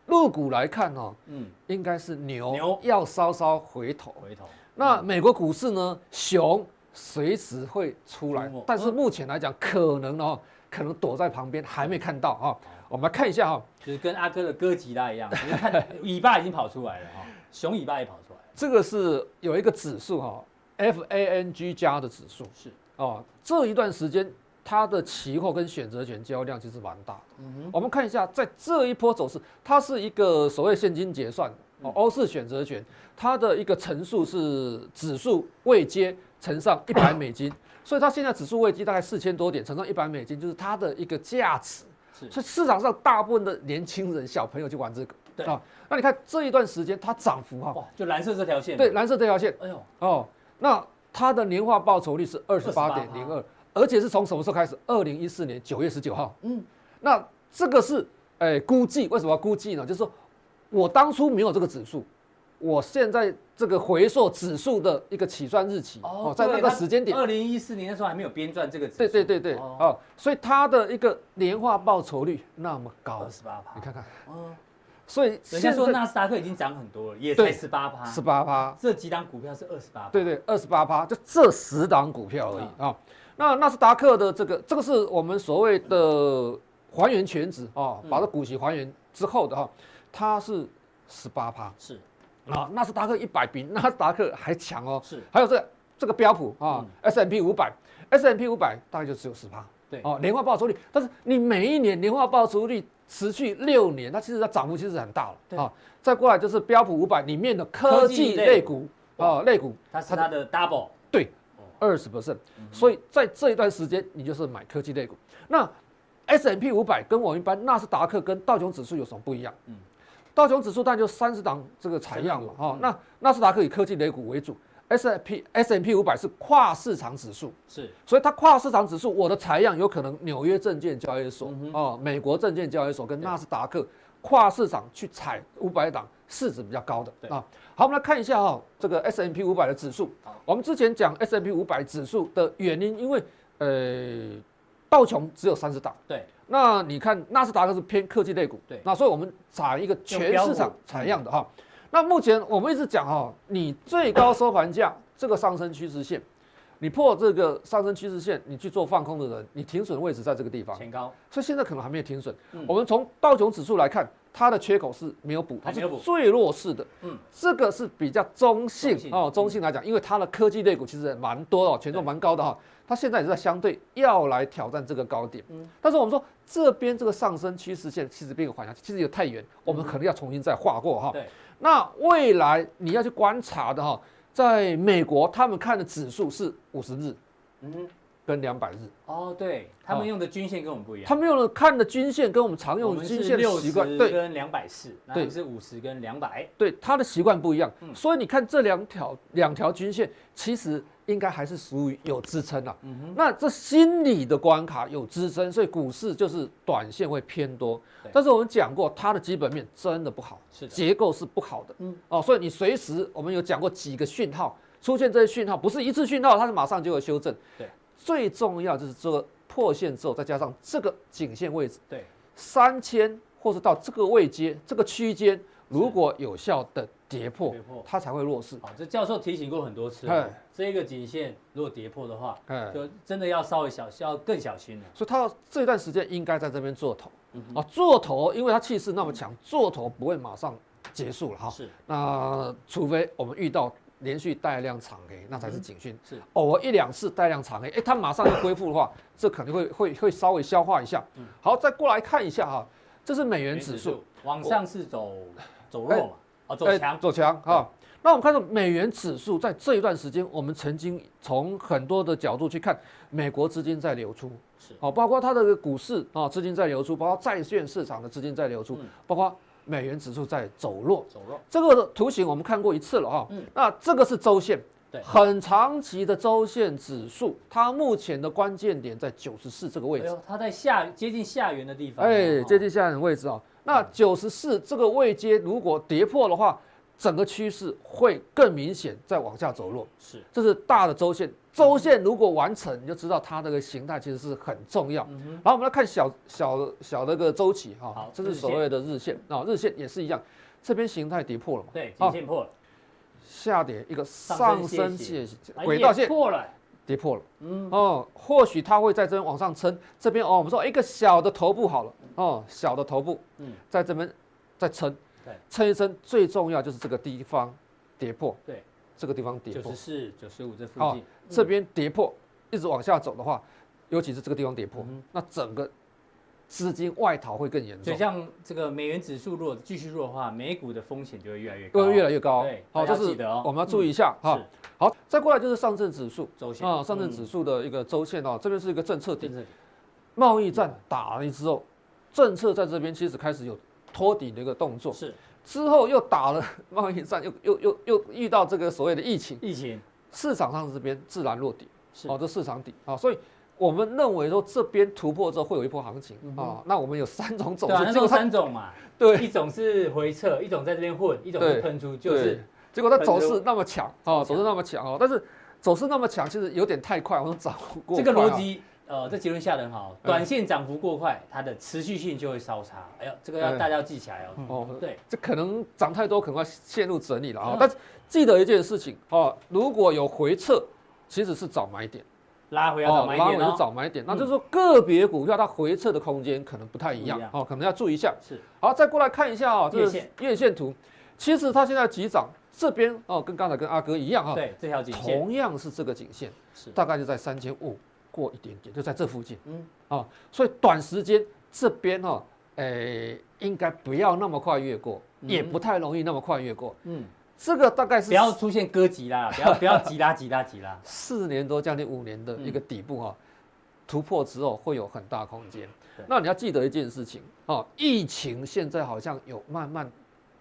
Speaker 6: 入股来看哦，
Speaker 2: 嗯，
Speaker 6: 应该是牛
Speaker 2: 牛嗯
Speaker 6: 要稍稍回头。
Speaker 2: 回头，
Speaker 6: 那美国股市呢，熊随时会出来
Speaker 2: 出没，嗯
Speaker 6: 但是目前来讲，可能哦，可能躲在旁边还没看到啊、
Speaker 2: 哦
Speaker 6: 我们来看一下哈、
Speaker 2: 就是跟阿哥的哥吉拉一 样，你看尾巴已经跑出来了哈，熊尾巴也跑出来了，
Speaker 6: 这个是有一个指数哈、f A N G 加的指数
Speaker 2: 是，
Speaker 6: 哦，这一段时间它的期货跟选择权交易量其实蛮大的。
Speaker 2: 嗯
Speaker 6: 我们看一下，在这一波走势，它是一个所谓现金结算
Speaker 2: 嗯
Speaker 6: 哦，欧式选择权，它的一个乘数是指数未接乘上一百美金，所以它现在指数未接大概四千多点，乘上一百美金就是它的一个价值。
Speaker 2: 是
Speaker 6: 所以市场上大部分的年轻人、小朋友去玩这个。
Speaker 2: 对
Speaker 6: 啊，那你看这一段时间它涨幅哈、
Speaker 2: 哇，就蓝色这条线，
Speaker 6: 对，，蓝色这条线
Speaker 2: 哎呦，
Speaker 6: 哦，那它的年化报酬率是二十八点零
Speaker 2: 28%
Speaker 6: 二，而且是从什么时候开始？二零一四年九月十九号。
Speaker 2: 嗯
Speaker 6: 嗯，那这个是哎、估计，为什么要估计呢？就是说我当初没有这个指数，我现在这个回溯指数的一个起算日期哦，在那个时间点，
Speaker 2: 二零一四年的时候还没有编撰这个指数，
Speaker 6: 对对对对，
Speaker 2: 哦
Speaker 6: 哦，所以它的一个年化报酬率那么高
Speaker 2: 二，十八趴
Speaker 6: 你。看看，
Speaker 2: 嗯，
Speaker 6: 所以
Speaker 2: 人家
Speaker 6: 现
Speaker 2: 说
Speaker 6: 在
Speaker 2: 纳斯达克已经涨很多了，也才
Speaker 6: 对
Speaker 2: 十八趴，
Speaker 6: 十八趴，
Speaker 2: 这几档股票是二十八，
Speaker 6: 对对，二十八趴，就这十档股票而已啊、那纳斯达克的这个，这个是我们所谓的还原全值啊、
Speaker 2: 嗯
Speaker 6: 把这股息还原之后的哈、它是十八趴
Speaker 2: 是
Speaker 6: 啊，纳斯达克一百比纳斯达克还强哦。
Speaker 2: 是，嗯
Speaker 6: 还有这个这个标普啊、s M P 五百，S M P 五百大概就只有十趴。
Speaker 2: 对
Speaker 6: 哦，年化报酬率，但是你每一年年化报酬率持续六年，它其实它涨幅其实很大
Speaker 2: 对
Speaker 6: 了啊、再过来就是标普五百里面的科
Speaker 2: 科技
Speaker 6: 技
Speaker 2: 类
Speaker 6: 类股啊、类股，
Speaker 2: 它是它的 double，
Speaker 6: 对，二十 percent。所以在这一段时间，你就是买科技类股。那 S M P 五百跟我们一般纳斯达克跟道琼指数有什么不一样？嗯，道琼指数大概就三十档这个采样嘛，哈、那纳斯达克以科技类股为主，S M P S M P 五百是跨市场指数。
Speaker 2: 是
Speaker 6: 所以它跨市场指数，我的采样有可能纽约证券交易所、哦，美国证券交易所跟纳斯达克跨市场去采五百档市值比较高
Speaker 2: 对
Speaker 6: 的啊。好，我们来看一下哈、这个 S M P 五百的指数。我们之前讲 S M P 五百指数的原因，因为呃，道琼只有三十档，
Speaker 2: 对，
Speaker 6: 那你看纳斯达克是偏科技类股，
Speaker 2: 对
Speaker 6: 那所以我们采一个全市场采样的哈、那目前我们一直讲哈、你最高收盘价这个上升趋势线，你破这个上升趋势线，你去做放空的人，你停损位置在这个地方，
Speaker 2: 前高，
Speaker 6: 所以现在可能还没有停损。
Speaker 2: 嗯
Speaker 6: 我们从道琼指数来看，它的缺口是没有补，它
Speaker 2: 还没
Speaker 6: 是
Speaker 2: 有补
Speaker 6: 最弱势的。
Speaker 2: 嗯
Speaker 6: 嗯，这个是比较中性
Speaker 2: 中性嗯
Speaker 6: 哦，中性来讲，因为它的科技类股其实也蛮多哦，权重蛮高的哈、它现在也是在相对要来挑战这个高点。嗯，但是我们说这边这个上升趋势线其实并没有缓下去，其实有太远，我们可能要重新再画过哈、
Speaker 2: 嗯对，
Speaker 6: 那未来你要去观察的哈、在美国他们看的指数是五十日
Speaker 2: 嗯，
Speaker 6: 跟两百日。
Speaker 2: 哦，对，他们
Speaker 6: 哦
Speaker 2: 用的均线跟我们不一样，
Speaker 6: 他们用的看的均线跟我们常
Speaker 2: 我
Speaker 6: 用的
Speaker 2: 们
Speaker 6: 均
Speaker 2: 是
Speaker 6: 线
Speaker 2: 六
Speaker 6: 习
Speaker 2: 十
Speaker 6: 惯，对
Speaker 2: 跟两百四，那他
Speaker 6: 对
Speaker 2: 们是五十跟两百，
Speaker 6: 对，它的习惯不一样，
Speaker 2: 嗯
Speaker 6: 所以你看这两条两条均线，其实应该还是属于有支撑啊。那这心理的关卡有支撑，所以股市就是短线会偏多
Speaker 2: 对。
Speaker 6: 但是我们讲过，它的基本面真的不好，
Speaker 2: 是的
Speaker 6: 结构是不好的。
Speaker 2: 嗯
Speaker 6: 嗯，哦，所以你随时我们有讲过几个讯号出现，这些讯号不是一次讯号，它是马上就会修正。
Speaker 2: 对，
Speaker 6: 最重要就是这个破线之后，再加上这个颈线位置。
Speaker 2: 对，
Speaker 6: 三千或者到这个位阶、这个区间，如果有效的跌破，
Speaker 2: 跌破
Speaker 6: 它才会弱势。
Speaker 2: 好，这教授提醒过很多次
Speaker 6: 哎，
Speaker 2: 这个颈线如果跌破的话，
Speaker 6: 哎
Speaker 2: 就真的要稍微小，要更小心了。
Speaker 6: 所以它这段时间应该在这边做头
Speaker 2: 嗯
Speaker 6: 啊，做头，因为它气势那么强，做头不会马上结束了哈。
Speaker 2: 是，
Speaker 6: 那除非我们遇到连续带量长黑，那才是警讯。
Speaker 2: 嗯是
Speaker 6: 偶尔一两次带量长黑，哎，它马上就恢复的话，这肯定会会会稍微消化一下。
Speaker 2: 嗯
Speaker 6: 好，再过来看一下哈，这是美元指数。
Speaker 2: 往上是走走弱嘛，哦，走
Speaker 6: 哎
Speaker 2: 强，
Speaker 6: 走强哈。那我们看到美元指数在这一段时间，我们曾经从很多的角度去看，美国资金在流出，
Speaker 2: 是
Speaker 6: 哦，包括它的股市啊资金在流出，包括债券市场的资金在流
Speaker 2: 嗯
Speaker 6: 出，包括美元指数在走弱。
Speaker 2: 走弱，
Speaker 6: 这个图形我们看过一次了哈、那这个是周线，
Speaker 2: 嗯对
Speaker 6: 很长期的周线指数，它目前的关键点在九十四这个位
Speaker 2: 哎
Speaker 6: 置
Speaker 2: 呦，，它在下接近下缘的地方，
Speaker 6: 哎，
Speaker 2: 哦
Speaker 6: 接近下眼位置哦。那
Speaker 2: 嗯
Speaker 6: 九十四这个位阶如果跌破的话，整个趋势会更明显再往下走弱。
Speaker 2: 哦是
Speaker 6: 这是大的周线，周线如果完成，你就知道它这个形态其实是很重要。然后我们来看小小小的个周期哈、
Speaker 2: 嗯好
Speaker 6: 这
Speaker 2: 日
Speaker 6: 是
Speaker 2: 线
Speaker 6: 所谓的日线啊、日线也是一样，这边形态跌破了嘛，
Speaker 2: 对，
Speaker 6: 啊
Speaker 2: 颈线破了，
Speaker 6: 下跌一个
Speaker 2: 上
Speaker 6: 上
Speaker 2: 升
Speaker 6: 升
Speaker 2: 线
Speaker 6: 线
Speaker 2: 哎
Speaker 6: 轨道
Speaker 2: 也
Speaker 6: 线
Speaker 2: 破了，
Speaker 6: 跌破了，嗯，哦，或许它会在这边往上撑，这边哦，我们说一个小的头部好了，哦，小的头部，
Speaker 2: 嗯
Speaker 6: 嗯，在这边再撑
Speaker 2: 对，
Speaker 6: 撑一撑，最重要就是这个地方跌破，
Speaker 2: 对，嗯
Speaker 6: 这个地方跌
Speaker 2: 九
Speaker 6: 破
Speaker 2: 十，四、九十五这附
Speaker 6: 好
Speaker 2: 近，
Speaker 6: 这边跌破，一直往下走的话，尤其是这个地方跌
Speaker 2: 嗯
Speaker 6: 破，那整个资金外逃会更严
Speaker 2: 所
Speaker 6: 重
Speaker 2: 以，像这个美元指数如果继续弱的话，美股的风险就会越来越高，
Speaker 6: 会越来越高
Speaker 2: 对，
Speaker 6: 好，
Speaker 2: 大
Speaker 6: 这
Speaker 2: 家
Speaker 6: 是
Speaker 2: 记得哦嗯
Speaker 6: 我们要注意一下哈
Speaker 2: 是。
Speaker 6: 好，再过来就是上证指数
Speaker 2: 周线
Speaker 6: 啊，上
Speaker 2: 嗯
Speaker 6: 证指数的一个周线哦，这边是一个政策
Speaker 2: 就
Speaker 6: 底
Speaker 2: 这里，
Speaker 6: 贸易战打了之后，政策在这边其实开始有托底的一个动作，
Speaker 2: 是
Speaker 6: 之后又打了贸易战，又 又又又遇到这个所谓的疫情，
Speaker 2: 疫情，
Speaker 6: 市场上这边自然落底，
Speaker 2: 是
Speaker 6: 哦，这市场底啊、哦所以我们认为说这边突破之后会有一波行情啊。那我们有三种走
Speaker 2: 嗯对啊，
Speaker 6: 势，
Speaker 2: 那
Speaker 6: 结
Speaker 2: 时
Speaker 6: 果
Speaker 2: 候
Speaker 6: 它
Speaker 2: 三种嘛，
Speaker 6: 对
Speaker 2: 一种是回撤，一种在这边混，一种是
Speaker 6: 对
Speaker 2: 喷出，就
Speaker 6: 对，
Speaker 2: 是
Speaker 6: 结果它走势那么强啊，走势那么强哦，但是走势那么强，其实有点太快，我说涨不过
Speaker 2: 这个
Speaker 6: 快啊嗯
Speaker 2: 逻辑，呃，这结论下得很好，短线涨幅过快，它的持续性就会稍差。哎呦，这个要
Speaker 6: 嗯
Speaker 2: 大家要记起来哦。
Speaker 6: 哦，
Speaker 2: 对，
Speaker 6: 这可能涨太多，可能要陷入整理了啊、
Speaker 2: 嗯
Speaker 6: 但是记得一件事情哦，如果有回撤，其实是找买点，
Speaker 2: 拉回要找买
Speaker 6: 拉
Speaker 2: 点
Speaker 6: 回是
Speaker 2: 哦。
Speaker 6: 找买点，那就是说个别股票它回撤的空间可能不太一样
Speaker 2: 不一样
Speaker 6: 哦，可能要注意一下。
Speaker 2: 是，
Speaker 6: 好，再过来看一下啊、哦，这
Speaker 2: 月
Speaker 6: 个
Speaker 2: 线
Speaker 6: 月线图，其实它现在急涨，这边哦跟刚才跟阿哥一样哈、哦
Speaker 2: 对，这条颈线
Speaker 6: 同样是这个颈线，
Speaker 2: 是
Speaker 6: 大概就在三千五过一点点，就在这附近。
Speaker 2: 嗯
Speaker 6: 嗯，啊，所以短时间这边哈、哦，诶、应该不要那么快越过，也不太容易那么快越过。
Speaker 2: 嗯，
Speaker 6: 这个大概是
Speaker 2: 不要出现哥吉 拉，不要不要急拉急拉急拉。
Speaker 6: 四年多将近五年
Speaker 2: 嗯
Speaker 6: 的一个底部哈、哦突破之后会有很大空间
Speaker 2: 对。
Speaker 6: 那你要记得一件事情哦，疫情现在好像有慢慢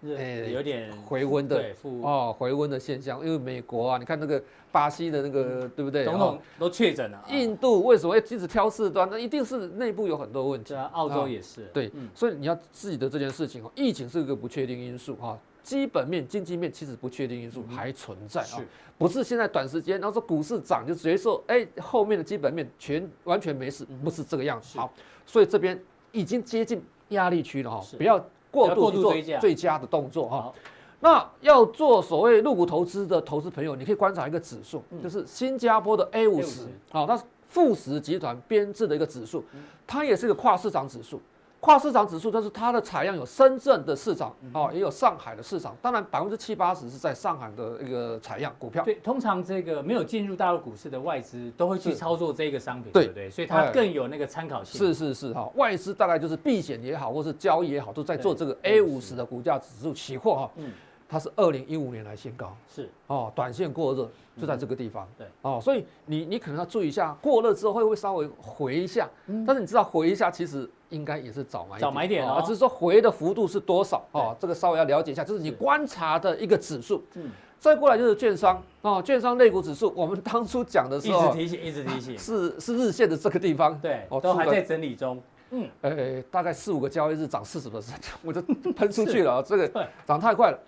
Speaker 2: 是
Speaker 6: 哎
Speaker 2: 有点
Speaker 6: 回温的
Speaker 2: 对，负
Speaker 6: 哦回温的现象，因为美国啊，你看那个巴西的那个对不对？
Speaker 2: 嗯总
Speaker 6: 哦
Speaker 2: 统都确诊了啊，
Speaker 6: 印度为什么会一直挑事端？那一定是内部有很多问题
Speaker 2: 对。啊，澳洲也是，
Speaker 6: 对
Speaker 2: 嗯，
Speaker 6: 所以你要记得这件事情哦，疫情是一个不确定因素哈、基本面、经济面其实不确定因素还存在啊、
Speaker 2: 是
Speaker 6: 不是现在短时间，然后说股市涨就直接说，哎，后面的基本面全完全没
Speaker 2: 嗯
Speaker 6: 事，不是这个样子。好，所以这边已经接近压力区了哈、
Speaker 2: 是
Speaker 6: 不要过
Speaker 2: 不要过度
Speaker 6: 度去做
Speaker 2: 追加
Speaker 6: 最佳的动作哈、
Speaker 2: 好
Speaker 6: 那要做所谓入股投资的投资朋友，你可以观察一个指数，
Speaker 2: 嗯
Speaker 6: 就是新加坡的 A 五十
Speaker 2: A50，
Speaker 6: 好，那是富时集团编制的一个指数，它也是一个跨市场指数。跨市场指数，但是它的采样有深圳的市场
Speaker 2: 嗯
Speaker 6: 哦，也有上海的市场。当然，百分之七八十是在上海的一个采样股票。
Speaker 2: 对，通常这个没有进入大陆股市的外资都会去
Speaker 6: 是
Speaker 2: 操作这个商品，
Speaker 6: 对
Speaker 2: 对不对？所以它
Speaker 6: 哎
Speaker 2: 更有那个参考性。
Speaker 6: 是是是哈、外资大概就是避险也好，或是交易也好，都在做这个 A 五十的股价指数期货哈、
Speaker 2: 嗯
Speaker 6: 它是二零一五年来新高。
Speaker 2: 是，
Speaker 6: 哦，短线过热就在这个地方。
Speaker 2: 嗯对
Speaker 6: 哦，所以你你可能要注意一下，过热之后会不会稍微回一下？但是你知道回一下，其实应该也是早买
Speaker 2: 嗯早买点哦
Speaker 6: 只是说回的幅度是多少
Speaker 2: 对
Speaker 6: 哦，这个稍微要了解一下，就是你
Speaker 2: 是
Speaker 6: 观察的一个指数。
Speaker 2: 嗯，
Speaker 6: 再过来就是券商哦，券商类股指数，我们当初讲的
Speaker 2: 一
Speaker 6: 时
Speaker 2: 直
Speaker 6: 候
Speaker 2: 提醒，一直提醒，
Speaker 6: 是是日线的这个地方，
Speaker 2: 对，
Speaker 6: 啊哦
Speaker 2: 都还
Speaker 6: 出了
Speaker 2: 在整理中。嗯，
Speaker 6: 呃，大概四五个交易日涨四十 percent，我 就喷出去了啊！这
Speaker 2: 对
Speaker 6: 个涨太快了。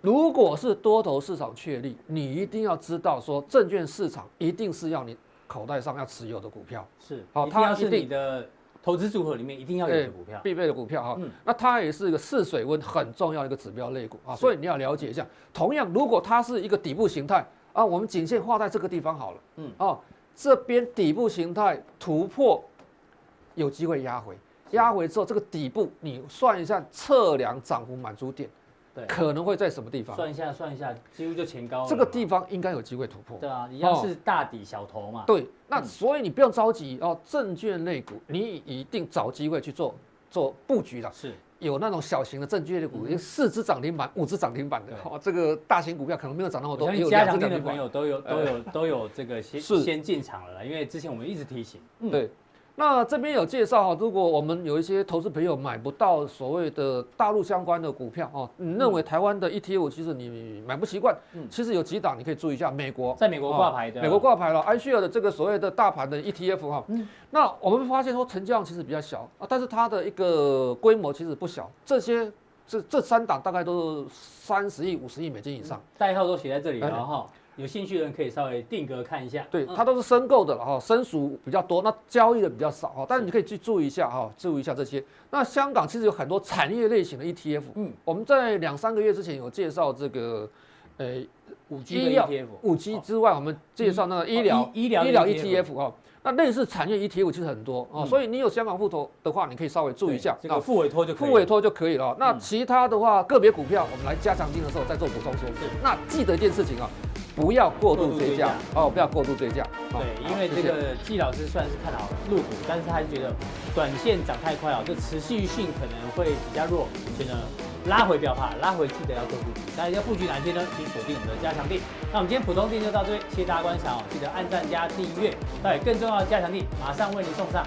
Speaker 6: 如果是多头市场确立，你一定要知道说，证券市场一定是要你口袋上要持有的股票，
Speaker 2: 是，
Speaker 6: 好
Speaker 2: 一定要
Speaker 6: 它一
Speaker 2: 是
Speaker 6: 定
Speaker 2: 你的投资组合里面一定要有
Speaker 6: 对
Speaker 2: 的股票。
Speaker 6: 必备的股票哈
Speaker 2: 嗯。
Speaker 6: 那它也是一个试水温很重要的一个指标类股啊，所以你要了解一下。同样，如果它是一个底部形态啊，我们颈线画在这个地方好了，
Speaker 2: 嗯
Speaker 6: 嗯，哦，这边底部形态突破，有机会压回，压回之后这个底部你算一下测量涨幅满足点，
Speaker 2: 对
Speaker 6: 可能会在什么地方？啊
Speaker 2: 算一下，算一下，几乎就前高了
Speaker 6: 这个
Speaker 2: 嘛
Speaker 6: 地方应该有机会突破
Speaker 2: 对。啊，一样
Speaker 6: 哦
Speaker 2: 是大底小头嘛。
Speaker 6: 对，那所以你不用着急哦，证券类股你一定找机会去做做布局了。
Speaker 2: 是，
Speaker 6: 有那种小型的证券类
Speaker 2: 嗯
Speaker 6: 股，有四只涨停板、五只涨停板的，哦，这个大型股票可能没有涨那么
Speaker 2: 我
Speaker 6: 多，
Speaker 2: 相
Speaker 6: 也
Speaker 2: 信
Speaker 6: 有
Speaker 2: 加
Speaker 6: 两只
Speaker 2: 强力
Speaker 6: 涨
Speaker 2: 的
Speaker 6: 停
Speaker 2: 朋
Speaker 6: 板。
Speaker 2: 友都有都有都有这个先
Speaker 6: 是
Speaker 2: 先进场了啦，因为之前我们一直提醒。
Speaker 6: 对，那这边有介绍哈，如果我们有一些投资朋友买不到所谓的大陆相关的股票哦，你认为台湾的 ETF 其实你买不习惯
Speaker 2: 嗯，
Speaker 6: 其实有几档你可以注意一下，美国。
Speaker 2: 在美国挂牌的，
Speaker 6: 哦美国挂牌了，安旭尔的这个所谓的大盘的 ETF 哈、
Speaker 2: 嗯
Speaker 6: 那我们发现说成交量其实比较小啊，但是它的一个规模其实不小，这些这这三档大概都三十亿、五十亿美金以上。
Speaker 2: 代号都写在这里
Speaker 6: 哎
Speaker 2: 了哈，有兴趣的人可以稍微定格看一下。
Speaker 6: 对，
Speaker 2: 嗯
Speaker 6: 它都是申购的了哈，申赎比较多，那交易的比较少哈。但是你可以去注意一下哈，注意一下这些。那香港其实有很多产业类型的 ETF，
Speaker 2: 嗯
Speaker 6: 嗯，我们在两三个月之前有介绍这个，呃，
Speaker 2: 五 G 的 E
Speaker 6: 医药
Speaker 2: ETF，
Speaker 6: 五 G 之外，我们介绍那个医疗、
Speaker 2: 哦医医疗的
Speaker 6: 医疗 E
Speaker 2: ETF
Speaker 6: ETF 哈。哦那类似产业 ETF 其实很多哦，所以你有香港户头的话，你可以稍微注意一下
Speaker 2: 嗯对这。个
Speaker 6: 啊。
Speaker 2: 副委托就可以嗯
Speaker 6: 付委托就可以了哦。那其他的话，个别股票我们来加强听的时候再做补充说明。那记得一件事情啊，不要过
Speaker 2: 过
Speaker 6: 度
Speaker 2: 度追
Speaker 6: 追加
Speaker 2: 价
Speaker 6: 哦，不要过度追加。好
Speaker 2: 对，因为
Speaker 6: 好
Speaker 2: 这
Speaker 6: 谢谢
Speaker 2: 个季老师虽然是看好入股，但是他还是觉得短线涨太快了，就持续性可能会比较弱，所以呢，拉回不要怕，拉回记得要做布局。大家要布局哪些呢？请锁定我们的加强力。那我们今天普通店就到这边，谢谢大家观赏哦，记得按赞加订阅。那有更重要的加强力，马上为您送上。